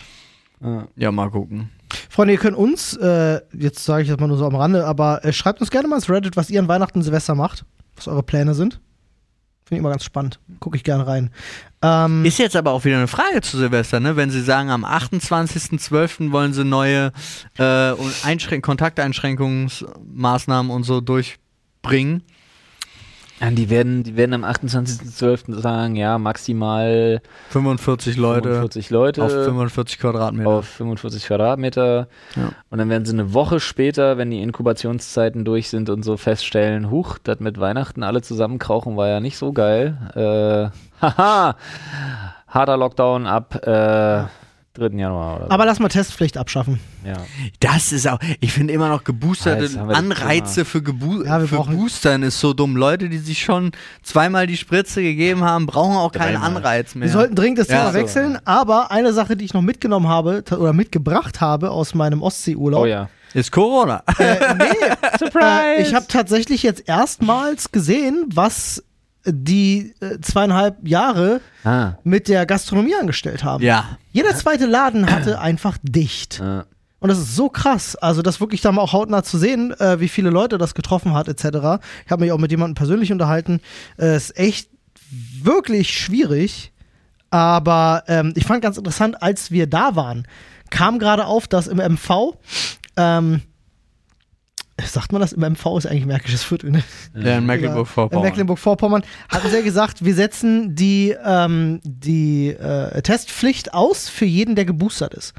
S6: Ja.
S4: ja, mal gucken.
S1: Freunde, ihr könnt uns, äh, jetzt sage ich das mal nur so am Rande, aber äh, schreibt uns gerne mal ins Reddit, was ihr an Weihnachten und Silvester macht, was eure Pläne sind. Finde ich immer ganz spannend. Gucke ich gerne rein. Ähm,
S4: Ist jetzt aber auch wieder eine Frage zu Silvester, ne? Wenn Sie sagen, am 28.12. wollen Sie neue äh, und Einschrän- Kontakteinschränkungsmaßnahmen und so durchbringen.
S5: Ja, die, werden, die werden am 28.12. sagen, ja, maximal
S4: 45 Leute
S5: 45 Leute
S4: auf 45 Quadratmeter.
S5: auf 45 Quadratmeter.
S4: Ja.
S5: Und dann werden sie eine Woche später, wenn die Inkubationszeiten durch sind und so feststellen, huch, das mit Weihnachten alle zusammenkrauchen war ja nicht so geil. Äh, haha, harter Lockdown ab äh, 3. Januar oder so.
S1: aber lass mal Testpflicht abschaffen.
S5: ja.
S4: Das ist auch, ich finde immer noch geboosterte
S5: Jetzt haben wir das
S4: Anreize für, Gebu
S1: Ja, wir
S4: für
S1: brauchen-
S4: Boostern ist so dumm. Leute, die sich schon zweimal die Spritze gegeben haben, brauchen auch keinen Anreiz mehr.
S1: Wir sollten dringend das
S4: Ja,
S1: Thema
S4: so,
S1: wechseln, aber eine Sache, die ich noch mitgenommen habe ta- oder mitgebracht habe aus meinem Ostseeurlaub.
S5: Oh ja.
S4: ist Corona.
S1: Äh, ich habe tatsächlich jetzt erstmals gesehen, was die äh, zweieinhalb Jahre
S5: Ah,
S1: mit der Gastronomie angestellt haben.
S4: ja.
S1: Jeder zweite Laden hatte einfach dicht.
S5: Ja.
S1: Und das ist so krass, also das wirklich da mal auch hautnah zu sehen, äh, wie viele Leute das getroffen hat, etc. Ich habe mich auch mit jemandem persönlich unterhalten. Äh, ist echt wirklich schwierig. Aber ähm, ich fand ganz interessant, als wir da waren, kam gerade auf, dass im MV, ähm, sagt man das, im MV ist eigentlich Märkisches Viertel, ne?
S4: Ja, in
S1: In
S4: Mecklenburg-Vorpommern.
S1: äh, Mecklenburg-Vorpommern hatten sie ja gesagt, wir setzen die, ähm, die äh, Testpflicht aus für jeden, der geboostert ist.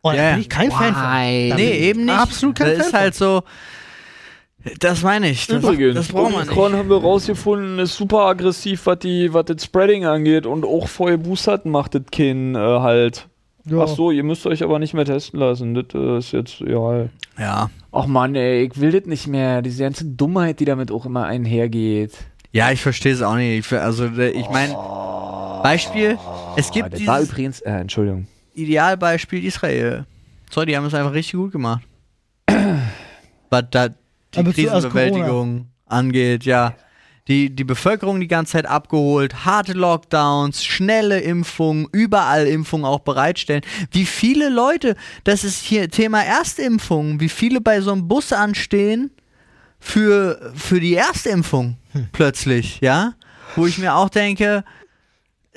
S1: Und
S4: Ja,
S1: da bin ich kein Fan von. Da bin
S4: Nee,
S1: ich
S4: eben nicht.
S1: Absolut kein
S4: das
S1: Fan
S4: ist halt so. Das meine ich. Das,
S3: Übrigens,
S4: das braucht man
S3: Omikron
S4: nicht.
S3: haben wir rausgefunden, ist super aggressiv, was die, was das Spreading angeht und auch vorher Boostert macht das keinen äh, halt.
S1: von. Ja.
S3: Ach so, ihr müsst euch aber nicht mehr testen lassen. Das äh, ist jetzt ja.
S4: Ja.
S5: Och Mann, ey, ich will das nicht mehr. Diese ganze Dummheit, die damit auch immer einhergeht.
S4: ja, ich verstehe es auch nicht. Ich ver- Also, äh, ich meine,
S3: Oh.
S4: Beispiel: Es gibt
S5: das war
S4: dieses
S5: übrigens, äh, Entschuldigung.
S4: Idealbeispiel Israel. Sorry, die haben es einfach richtig gut gemacht. Was da die
S1: Aber zu- also aus
S4: Krisenbewältigung angeht, ja. Die, die Bevölkerung die ganze Zeit abgeholt, harte Lockdowns, schnelle Impfungen, überall Impfungen auch bereitstellen. Wie viele Leute, das ist hier Thema Erstimpfung, wie viele bei so einem Bus anstehen für, für die Erstimpfung
S1: Hm.
S4: plötzlich, ja? Wo ich mir auch denke,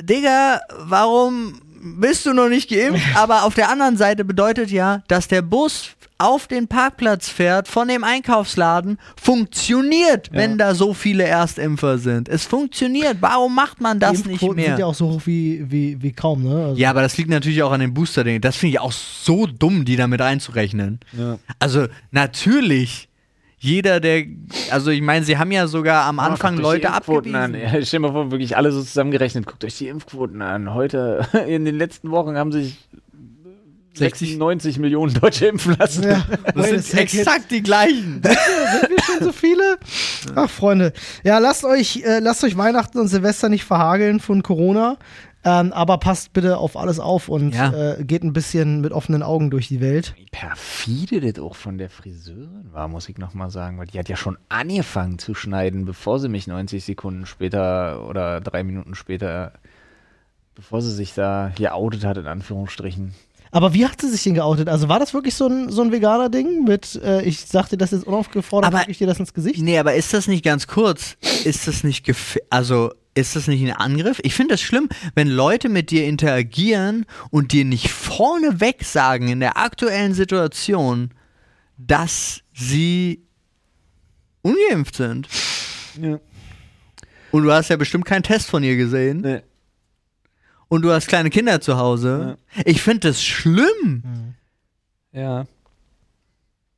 S4: Digga, warum bist du noch nicht geimpft? Aber auf der anderen Seite bedeutet ja, dass der Bus auf den Parkplatz fährt von dem Einkaufsladen, funktioniert, wenn da so viele Erstimpfer sind. Es funktioniert. Warum macht man das
S1: Die
S4: nicht
S1: Impfquoten
S4: mehr?
S1: sind ja auch so hoch wie, wie, wie kaum, ne? Also,
S4: Ja, aber das liegt natürlich auch an dem Booster-Ding. Das finde ich auch so dumm, die damit einzurechnen. Also, natürlich, jeder, der. Also, ich meine, sie haben ja sogar am Anfang
S5: Guckt euch die
S4: Leute
S5: Impfquoten
S4: abgewiesen.
S5: an. Ja, stell mal vor, wirklich alle so zusammengerechnet. Guckt euch die Impfquoten an. Heute, in den letzten Wochen haben sich
S4: 60.
S5: 96 Millionen Deutsche impfen lassen.
S1: Ja.
S4: Das
S1: Wait a
S4: sind
S1: second.
S4: exakt die gleichen.
S1: schon so viele. Ach, Freunde. Ja, lasst euch, äh, lasst euch Weihnachten und Silvester nicht verhageln von Corona. Ähm, aber passt bitte auf alles auf und
S4: Ja.
S1: äh, geht ein bisschen mit offenen Augen durch die Welt.
S5: Wie perfide das auch von der Friseurin war, muss ich nochmal sagen. Weil die hat ja schon angefangen zu schneiden, bevor sie mich 90 Sekunden später oder drei Minuten später, bevor sie sich da geoutet hat, in Anführungsstrichen.
S1: Aber wie hat sie sich denn geoutet? Also war das wirklich so ein, so ein veganer Ding mit, äh, ich sagte das jetzt unaufgefordert,
S4: Aber-
S1: drücke ich dir das ins Gesicht?
S4: Nee, aber ist das nicht ganz kurz? Ist das nicht gef also ist das nicht ein Angriff? Ich finde es schlimm, wenn Leute mit dir interagieren und dir nicht vorneweg sagen in der aktuellen Situation, dass sie ungeimpft sind.
S3: Ja.
S4: Und du hast ja bestimmt keinen Test von ihr gesehen.
S3: Nee.
S4: und du hast kleine Kinder zu Hause. Ich finde das schlimm.
S6: Ja.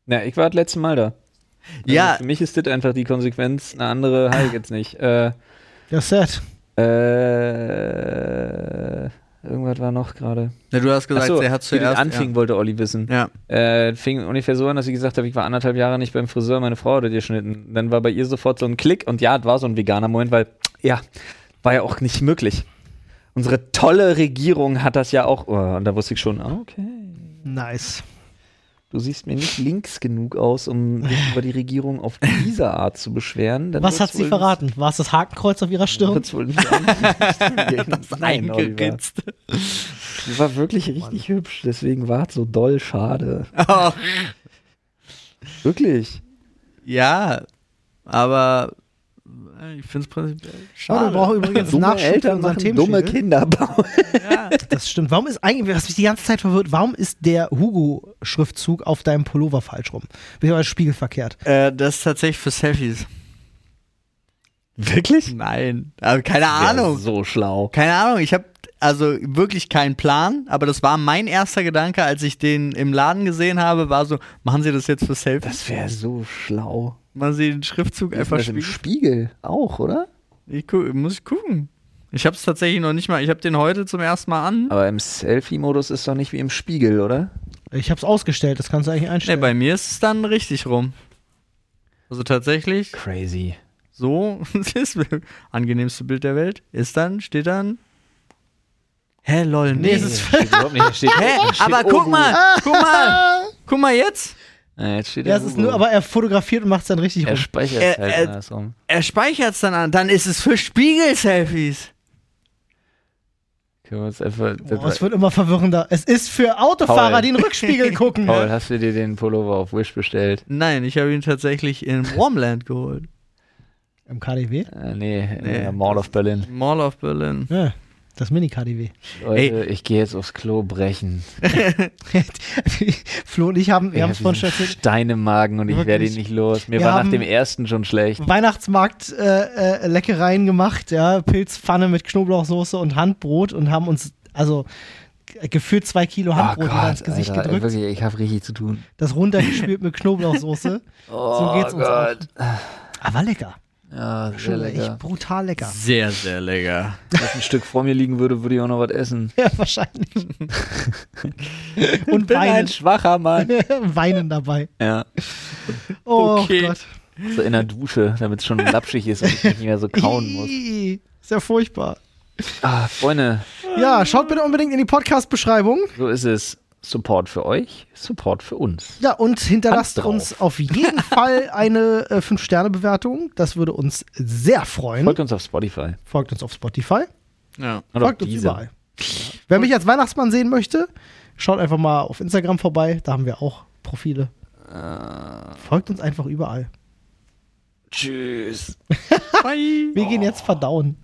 S6: Na, ich war das letzte Mal da. Also
S4: ja,
S6: Für mich ist das einfach die Konsequenz. Eine andere habe ich jetzt nicht. Äh,
S1: Ja, sad.
S6: äh, irgendwas war noch gerade.
S4: na, du hast gesagt,
S6: Ach so,
S4: er hat
S6: wie das
S4: zuerst.
S6: anfing, wollte Olli wissen.
S4: ja.
S6: Äh, fing ungefähr so an, dass ich gesagt habe, ich war anderthalb Jahre nicht beim Friseur, meine Frau hat das geschnitten. Dann war bei ihr sofort so ein Klick und ja, es war so ein veganer Moment, weil ja, war ja auch nicht möglich. Unsere tolle Regierung hat das ja auch. Oh, und da wusste ich schon, ah, okay.
S1: Nice.
S6: Du siehst mir nicht links genug aus, um dich über die Regierung auf diese Art zu beschweren. Dann
S1: Was
S6: wird's
S1: hat sie
S6: wohl-
S1: verraten? War es das Hakenkreuz auf ihrer
S6: dann
S1: Stirn?
S6: wird's wohl nicht
S4: ja.
S6: angehen. Nein, Oliver.
S4: Eingeritzt.
S6: Die war wirklich
S1: Oh
S6: richtig hübsch, deswegen war es so doll schade.
S4: Ach,
S6: Wirklich.
S4: ja, aber äh, ich finde es prinzipiell
S1: Oh, wir
S4: schade.
S1: brauchen übrigens
S6: Dumme
S1: Nachschub für
S6: Eltern
S1: unseren
S6: machen dumme
S1: Themenspiegel.
S6: Kinder bauen.
S1: Das stimmt. Warum ist eigentlich, was mich die ganze Zeit verwirrt, warum ist der Hugo-Schriftzug auf deinem Pullover falsch rum? Beziehungsweise spiegelverkehrt.
S4: Äh, das ist tatsächlich für Selfies. Wirklich? Nein. Also keine Ahnung.
S6: So schlau.
S4: Keine Ahnung, ich habe also wirklich keinen Plan, aber das war mein erster Gedanke, als ich den im Laden gesehen habe, war so, machen Sie das jetzt für Selfies?
S6: Das wäre so schlau.
S4: Machen Sie den Schriftzug
S6: Ist
S4: einfach
S6: das im
S4: spiegeln?
S6: Spiegel auch, oder?
S4: Ich gu muss ich gucken. Ich habe es tatsächlich noch nicht mal, ich habe den heute zum ersten Mal an.
S6: Aber im Selfie-Modus ist doch nicht wie im Spiegel, oder?
S1: Ich hab's ausgestellt, das kannst du eigentlich
S4: Ne,
S1: einstellen.
S4: bei mir ist es dann richtig rum. Also tatsächlich,
S6: Crazy.
S4: so das ist angenehmste Bild der Welt. Ist dann, steht dann. Hä, lol, nee. es ist
S6: Steht überhaupt nicht. Steht,
S4: Hä? Aber guck mal, guck mal, guck mal jetzt.
S6: Ja, jetzt steht
S1: ja,
S6: der
S1: es ist
S6: Hugo.
S1: nur, aber er fotografiert und macht's dann richtig
S6: er
S1: rum.
S6: speichert
S4: Äh,
S6: halt
S4: äh,
S6: andersrum.
S4: Er speichert es dann an. Dann ist es für Spiegel-Selfies.
S6: Können wir uns einfach.
S1: Oh, es wird immer verwirrender. Es ist für Autofahrer,
S6: halt. Paul.
S1: die in den Rückspiegel gucken.
S6: Paul, hast du dir den Pullover auf Wish bestellt?
S4: Nein, ich habe ihn tatsächlich in Warmland geholt.
S1: Im KDW?
S6: Äh, nee, in
S4: Nee.
S6: der Mall of Berlin.
S4: Mall of Berlin.
S1: Ja, das Mini-KDW.
S6: Leute, ich gehe jetzt aufs Klo brechen.
S1: Flo und ich haben, wir haben es
S6: ich habe
S1: vorhin schon
S6: diesen
S1: erzählt.
S6: Stein im Magen und ich werde
S1: Wirklich?
S6: ihn nicht los. Mir
S1: Wir
S6: war
S1: haben-
S6: nach dem ersten schon schlecht.
S1: Weihnachtsmarkt äh, äh, Leckereien gemacht, ja, Pilzpfanne mit Knoblauchsoße und Handbrot und haben uns also g- gefühlt zwei Kilo Handbrot oh ins Gesicht
S3: Alter,
S1: gedrückt,
S3: wirklich, ich habe richtig zu tun. Oh
S1: das runtergespült mit Knoblauchsoße. so geht's uns auch. Aber lecker.
S3: Ja, sehr
S1: Schon echt
S3: lecker.
S1: brutal lecker.
S4: Sehr, sehr lecker.
S3: Wenn ein Stück vor mir liegen würde, würde ich auch noch was essen.
S1: Ja, wahrscheinlich. und weinen,
S3: schwacher Mann.
S1: weinen dabei.
S3: Ja,
S1: Oh
S4: Okay.
S1: Gott.
S3: so in der Dusche, damit es schon lapschig ist und ich nicht mehr so kauen muss.
S1: Ii, Ist ja furchtbar.
S3: Ah, Freunde,
S1: Ja, schaut bitte unbedingt in die Podcast-Beschreibung.
S3: so ist es. Support für euch, Support für uns.
S1: Ja, und hinterlasst
S3: Hand drauf.
S1: uns auf jeden Fall eine äh, 5-Sterne-Bewertung. Das würde uns sehr freuen.
S3: Folgt uns auf Spotify.
S1: Folgt uns auf Spotify.
S4: Ja.
S3: Und
S1: Folgt
S3: auf
S1: uns
S3: diese.
S1: überall. Wer mich als Weihnachtsmann sehen möchte, schaut einfach mal auf Instagram vorbei. Da haben wir auch Profile. Folgt uns einfach überall.
S3: Tschüss.
S4: Bye.
S1: Wir gehen jetzt verdauen.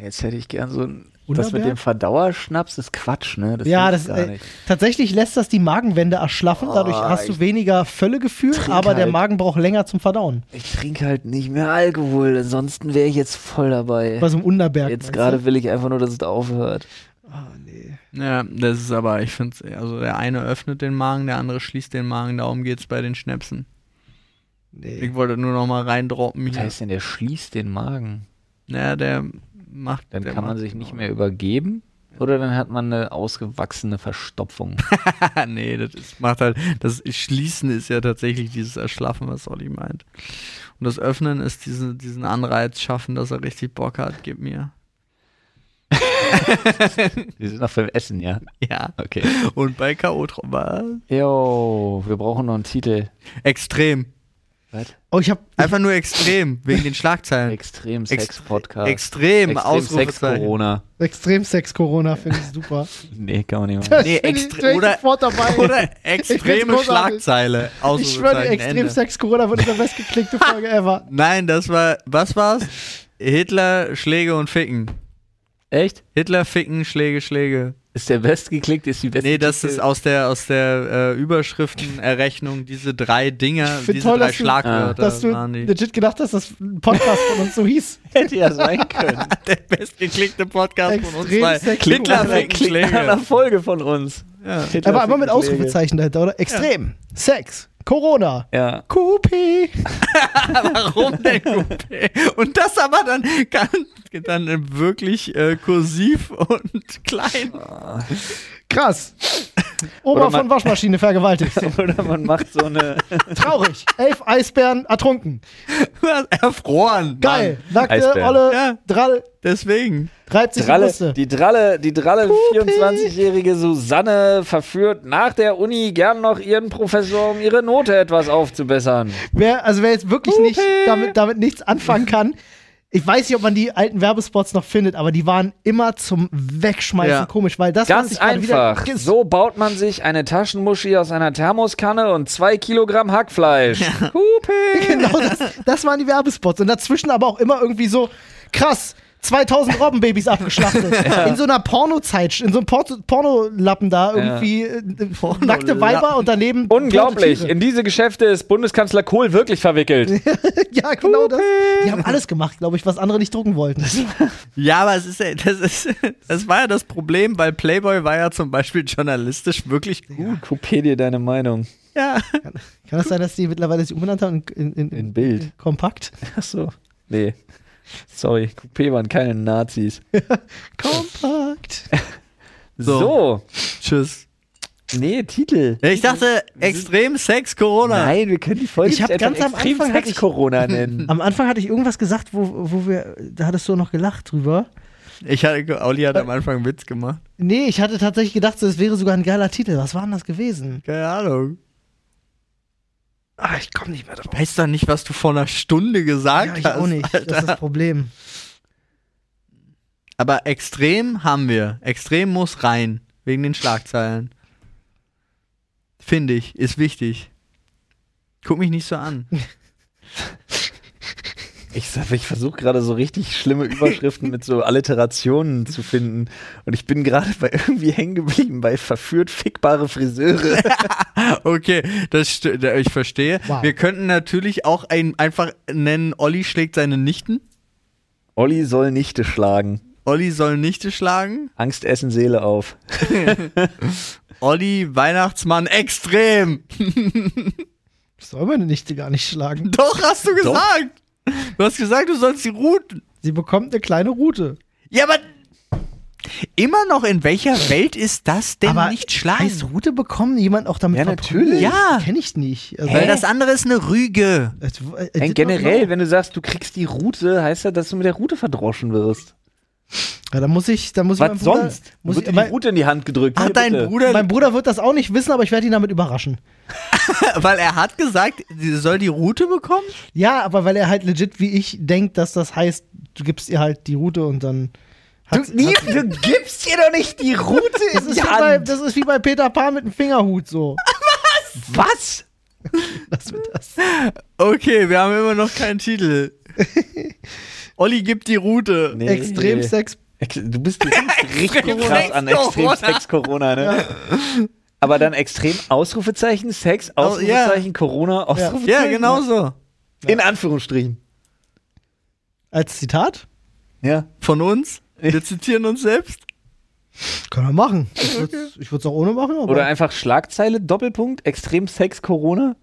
S3: Jetzt hätte ich gern so ein. Das
S1: Unterberg?
S3: mit dem Verdauerschnaps ist Quatsch, ne? Das
S1: ja,
S3: will ich
S1: das, äh, tatsächlich lässt das die Magenwände erschlaffen. Dadurch hast du weniger Völlegefühl, aber der
S3: halt.
S1: Magen braucht länger zum Verdauen.
S3: Ich trinke halt nicht mehr Alkohol, ansonsten wäre ich jetzt voll dabei.
S1: Bei so einem Unterberg. Ah,
S3: Jetzt
S1: meinst du?
S3: gerade will ich einfach nur, dass es aufhört.
S4: Ja, das ist aber, ich finde also der eine öffnet den Magen, der andere schließt den Magen. Darum geht's bei den Schnäpsen.
S1: Nee.
S4: Ich wollte nur noch mal reindroppen
S3: Was
S4: hier.
S3: heißt denn, der schließt den Magen?
S4: Ja, der macht.
S3: Dann
S4: der
S3: kann man
S4: macht- genau.
S3: sich nicht mehr übergeben oder dann hat man eine ausgewachsene Verstopfung.
S4: Ah, nee, das ist, macht halt. Das Schließen ist ja tatsächlich dieses Erschlaffen, was Olli meint. Und das Öffnen ist diesen, diesen Anreiz schaffen, dass er richtig Bock hat, gib mir.
S3: Wir sind noch beim Essen, ja?
S4: Ja.
S3: Okay.
S4: Und bei K.O. Tro- was?
S3: Yo, wir brauchen noch einen Titel.
S4: Extrem.
S1: Oh, ich habe
S4: Einfach nur extrem, wegen den Schlagzeilen.
S3: Extrem
S4: Ex-
S3: Sex-Podcast.
S4: Extrem, Ausrufezeichen.
S3: Sex-Corona.
S1: extrem Sex-Corona, finde ich super.
S3: Nee, kann man nicht machen.
S4: Nee,
S1: Bin ich-
S4: extre-
S1: bin ich
S4: oder-
S1: sofort dabei.
S4: Oder
S1: find's
S4: extreme
S1: großartig.
S4: Schlagzeile.
S1: Ich schwöre,
S4: Ausrufezeichen,
S1: dir, Extrem
S4: Ende.
S1: Sex Corona wird unsere bestgeklickte Folge ever.
S4: Nein, das war, was war's? Hitler, Schläge und Ficken.
S3: Echt?
S4: Hitler, Ficken, Schläge, Schläge.
S6: Ist der bestgeklickt, ist die beste.
S4: Nee, das ist aus der, aus der äh, Überschriftenerrechnung, diese drei Dinger,
S1: Ich find
S4: diese
S1: toll,
S4: drei
S1: dass du-
S4: Schlagwörter
S1: Dass du
S4: waren die.
S1: legit gedacht hast, dass ein Podcast von uns so hieß.
S6: hätte ja sein können.
S4: Der bestgeklickte Podcast von uns
S1: Extrem
S4: zwei.
S1: sexy.
S4: Klickler
S1: Klickler-
S4: Flickenschläge.
S6: Folge von uns.
S4: Ja.
S1: Aber immer mit Ausrufezeichen dahinter, oder? Extrem. Sex. Corona.
S6: Ja.
S1: Kupi.
S4: Warum denn Coupé? Und das aber dann, ganz- dann wirklich äh, kursiv und klein.
S1: Krass. Oma
S6: Oder man-
S1: von Waschmaschine vergewaltigt.
S6: Oder man macht so eine.
S1: Traurig. Elf Eisbären ertrunken.
S4: Erfroren.
S1: Geil. Nackte
S3: Eisbären.
S1: Olle
S4: Ja.
S1: Drall,
S4: Mann. Deswegen.
S1: reibt sich die
S3: Dralle,
S1: Brüste.
S3: die Dralle, die Dralle, 24-jährige Susanne verführt nach der Uni gern noch ihren Professor, um ihre Note etwas aufzubessern.
S1: Wer, also wer jetzt wirklich nicht damit, damit nichts anfangen kann, ich weiß nicht, ob man die alten Werbespots noch findet, aber die waren immer zum Wegschmeißen
S4: Ja.
S1: komisch, weil das was
S3: Ganz
S1: ich gerade
S3: einfach.
S1: Wieder,
S3: So baut man sich eine Taschenmuschi aus einer Thermoskanne und zwei Kilogramm Hackfleisch. Hupe!
S1: genau das, das waren die Werbespots und dazwischen aber auch immer irgendwie so krass. 2000 Robbenbabys abgeschlachtet. In so einer Pornozeit, in so einem Porto- Pornolappen da irgendwie äh, äh, nackte Weiber und daneben. tote
S3: Unglaublich.
S1: Tiere.
S3: In diese Geschäfte ist Bundeskanzler Kohl wirklich verwickelt.
S1: Ja, genau das. Die haben alles gemacht, glaube ich, was andere nicht drucken wollten.
S4: Ja, aber es ist, ja- das ist, das war ja das Problem, weil Playboy war ja zum Beispiel journalistisch wirklich
S3: Uh,
S4: gut.
S6: Coupé dir deine Meinung.
S4: Ja.
S1: Kann das sein, dass die mittlerweile sich umbenannt haben in, in, in,
S6: In Bild.
S1: Kompakt?
S6: Achso. Nee. Sorry, Coupé waren keine Nazis.
S1: Kompakt.
S6: So.
S4: Tschüss.
S6: Nee, Titel.
S4: Ja, ich dachte, extrem Sex, Corona.
S6: Nein, wir können die Folge
S1: Ich hab
S6: jetzt einfach
S1: ganz am
S6: extrem
S1: Anfang hatte ich-
S6: Sex Corona nennen.
S1: Am Anfang hatte ich irgendwas gesagt, wo, wo wir, da hattest du noch gelacht drüber.
S4: Ich hatte, Auli hat am Anfang einen Witz gemacht.
S1: Nee, ich hatte tatsächlich gedacht, so, das wäre sogar ein geiler Titel. Was war denn das gewesen?
S4: Keine Ahnung.
S1: Ah, ich komme nicht mehr drauf.
S4: Ich weiß doch nicht, was du vor einer Stunde gesagt
S1: Ja, ich
S4: hast.
S1: auch nicht. Das ist das Problem.
S4: Aber extrem haben wir. Extrem muss rein. Wegen den Schlagzeilen. Finde ich. Ist wichtig. Guck mich nicht so an.
S6: Ich, sag, ich versuche gerade so richtig schlimme Überschriften mit so Alliterationen zu finden. Und ich bin gerade bei irgendwie hängen geblieben bei verführt fickbare Friseure.
S4: Okay, das st- da- ich verstehe.
S1: Wow.
S4: Wir könnten natürlich auch ein, einfach nennen, Olli schlägt seine Nichten.
S6: Olli soll Nichte schlagen.
S4: Olli soll Nichte schlagen.
S6: Angst essen Seele auf.
S4: Olli Weihnachtsmann extrem.
S1: Soll meine Nichte gar nicht schlagen.
S4: Doch, hast du gesagt. Du hast gesagt, du sollst sie routen.
S1: Sie bekommt eine kleine Route.
S4: Ja, aber immer noch in welcher Welt ist das denn
S1: Aber
S4: nicht schlagen?
S1: Heißt Route bekommen? Jemand auch damit
S6: Ja,
S1: verprügelt?
S6: natürlich.
S4: Ja.
S1: Kenne ich nicht. Also,
S4: Weil das andere ist eine Rüge.
S1: das- äh,
S6: Nein,
S1: das-
S6: generell, wenn du sagst, du kriegst die Route, heißt ja, dass du mit der Route verdroschen wirst.
S1: Ja, da muss ich, da muss ich
S6: Was
S1: meinem Bruder-
S6: sonst?
S1: Muss
S6: wird
S1: ich,
S6: dir die
S1: mein,
S6: Route in die Hand gedrückt. Hier,
S4: Hat dein
S6: bitte.
S4: Bruder,
S1: mein Bruder wird das auch nicht wissen, aber ich werde ihn damit überraschen.
S4: weil er hat gesagt, sie soll die Route bekommen?
S1: Ja, aber weil er halt legit wie ich denkt, dass das heißt, du gibst ihr halt die Route und dann. hat's-
S6: Nie,
S1: hat's-
S6: du gibst dir doch nicht die Route
S1: das,
S6: in
S1: ist wie
S6: die
S1: bei,
S6: Hand.
S1: das ist wie bei Peter Pan mit dem Fingerhut so.
S6: Was?
S1: Das wird das.
S4: Okay, wir haben immer noch keinen Titel. Olli gibt die Route.
S6: Nee.
S1: Extrem Sex.
S6: Ex- Du bist richtig krass
S4: Sex
S6: an Extrem
S4: Corona.
S6: Sex Corona, ne? Aber dann extrem Ausrufezeichen, Sex,
S4: ja.
S6: Ausrufezeichen, Corona, Ausrufezeichen.
S4: Ja, genau so.
S6: In Anführungsstrichen.
S1: Als Zitat?
S6: Ja.
S4: Von uns? Wir zitieren uns selbst.
S1: Können wir machen. Ich würde es auch ohne machen. Aber
S6: Oder einfach Schlagzeile, Doppelpunkt, Extrem Sex Corona.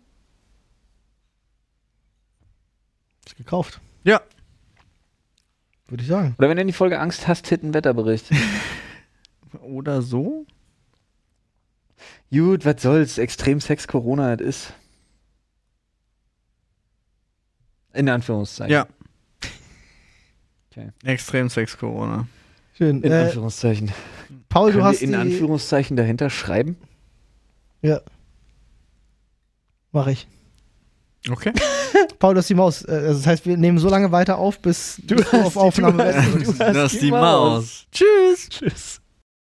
S1: ist gekauft.
S4: Ja.
S1: Würde ich sagen.
S6: Oder wenn ihr in die Folge Angst hast, Titten Wetterbericht.
S4: Oder so?
S6: Gut, was soll's, Extrem Sex Corona, das ist. In Anführungszeichen.
S4: Ja.
S6: Okay.
S4: Extrem Sex Corona.
S1: Schön.
S6: In
S1: Äh,
S6: Anführungszeichen.
S1: Paul, du
S6: Können
S1: hast
S6: wir in
S1: die.
S6: Anführungszeichen dahinter schreiben?
S1: Ja. Mach ich.
S4: Okay.
S1: Paul, du hast die Maus. Äh, Also das heißt, wir nehmen so lange weiter auf, bis du, bis du auf Aufnahme bist.
S4: Das ist die Maus. Tschüss. Tschüss.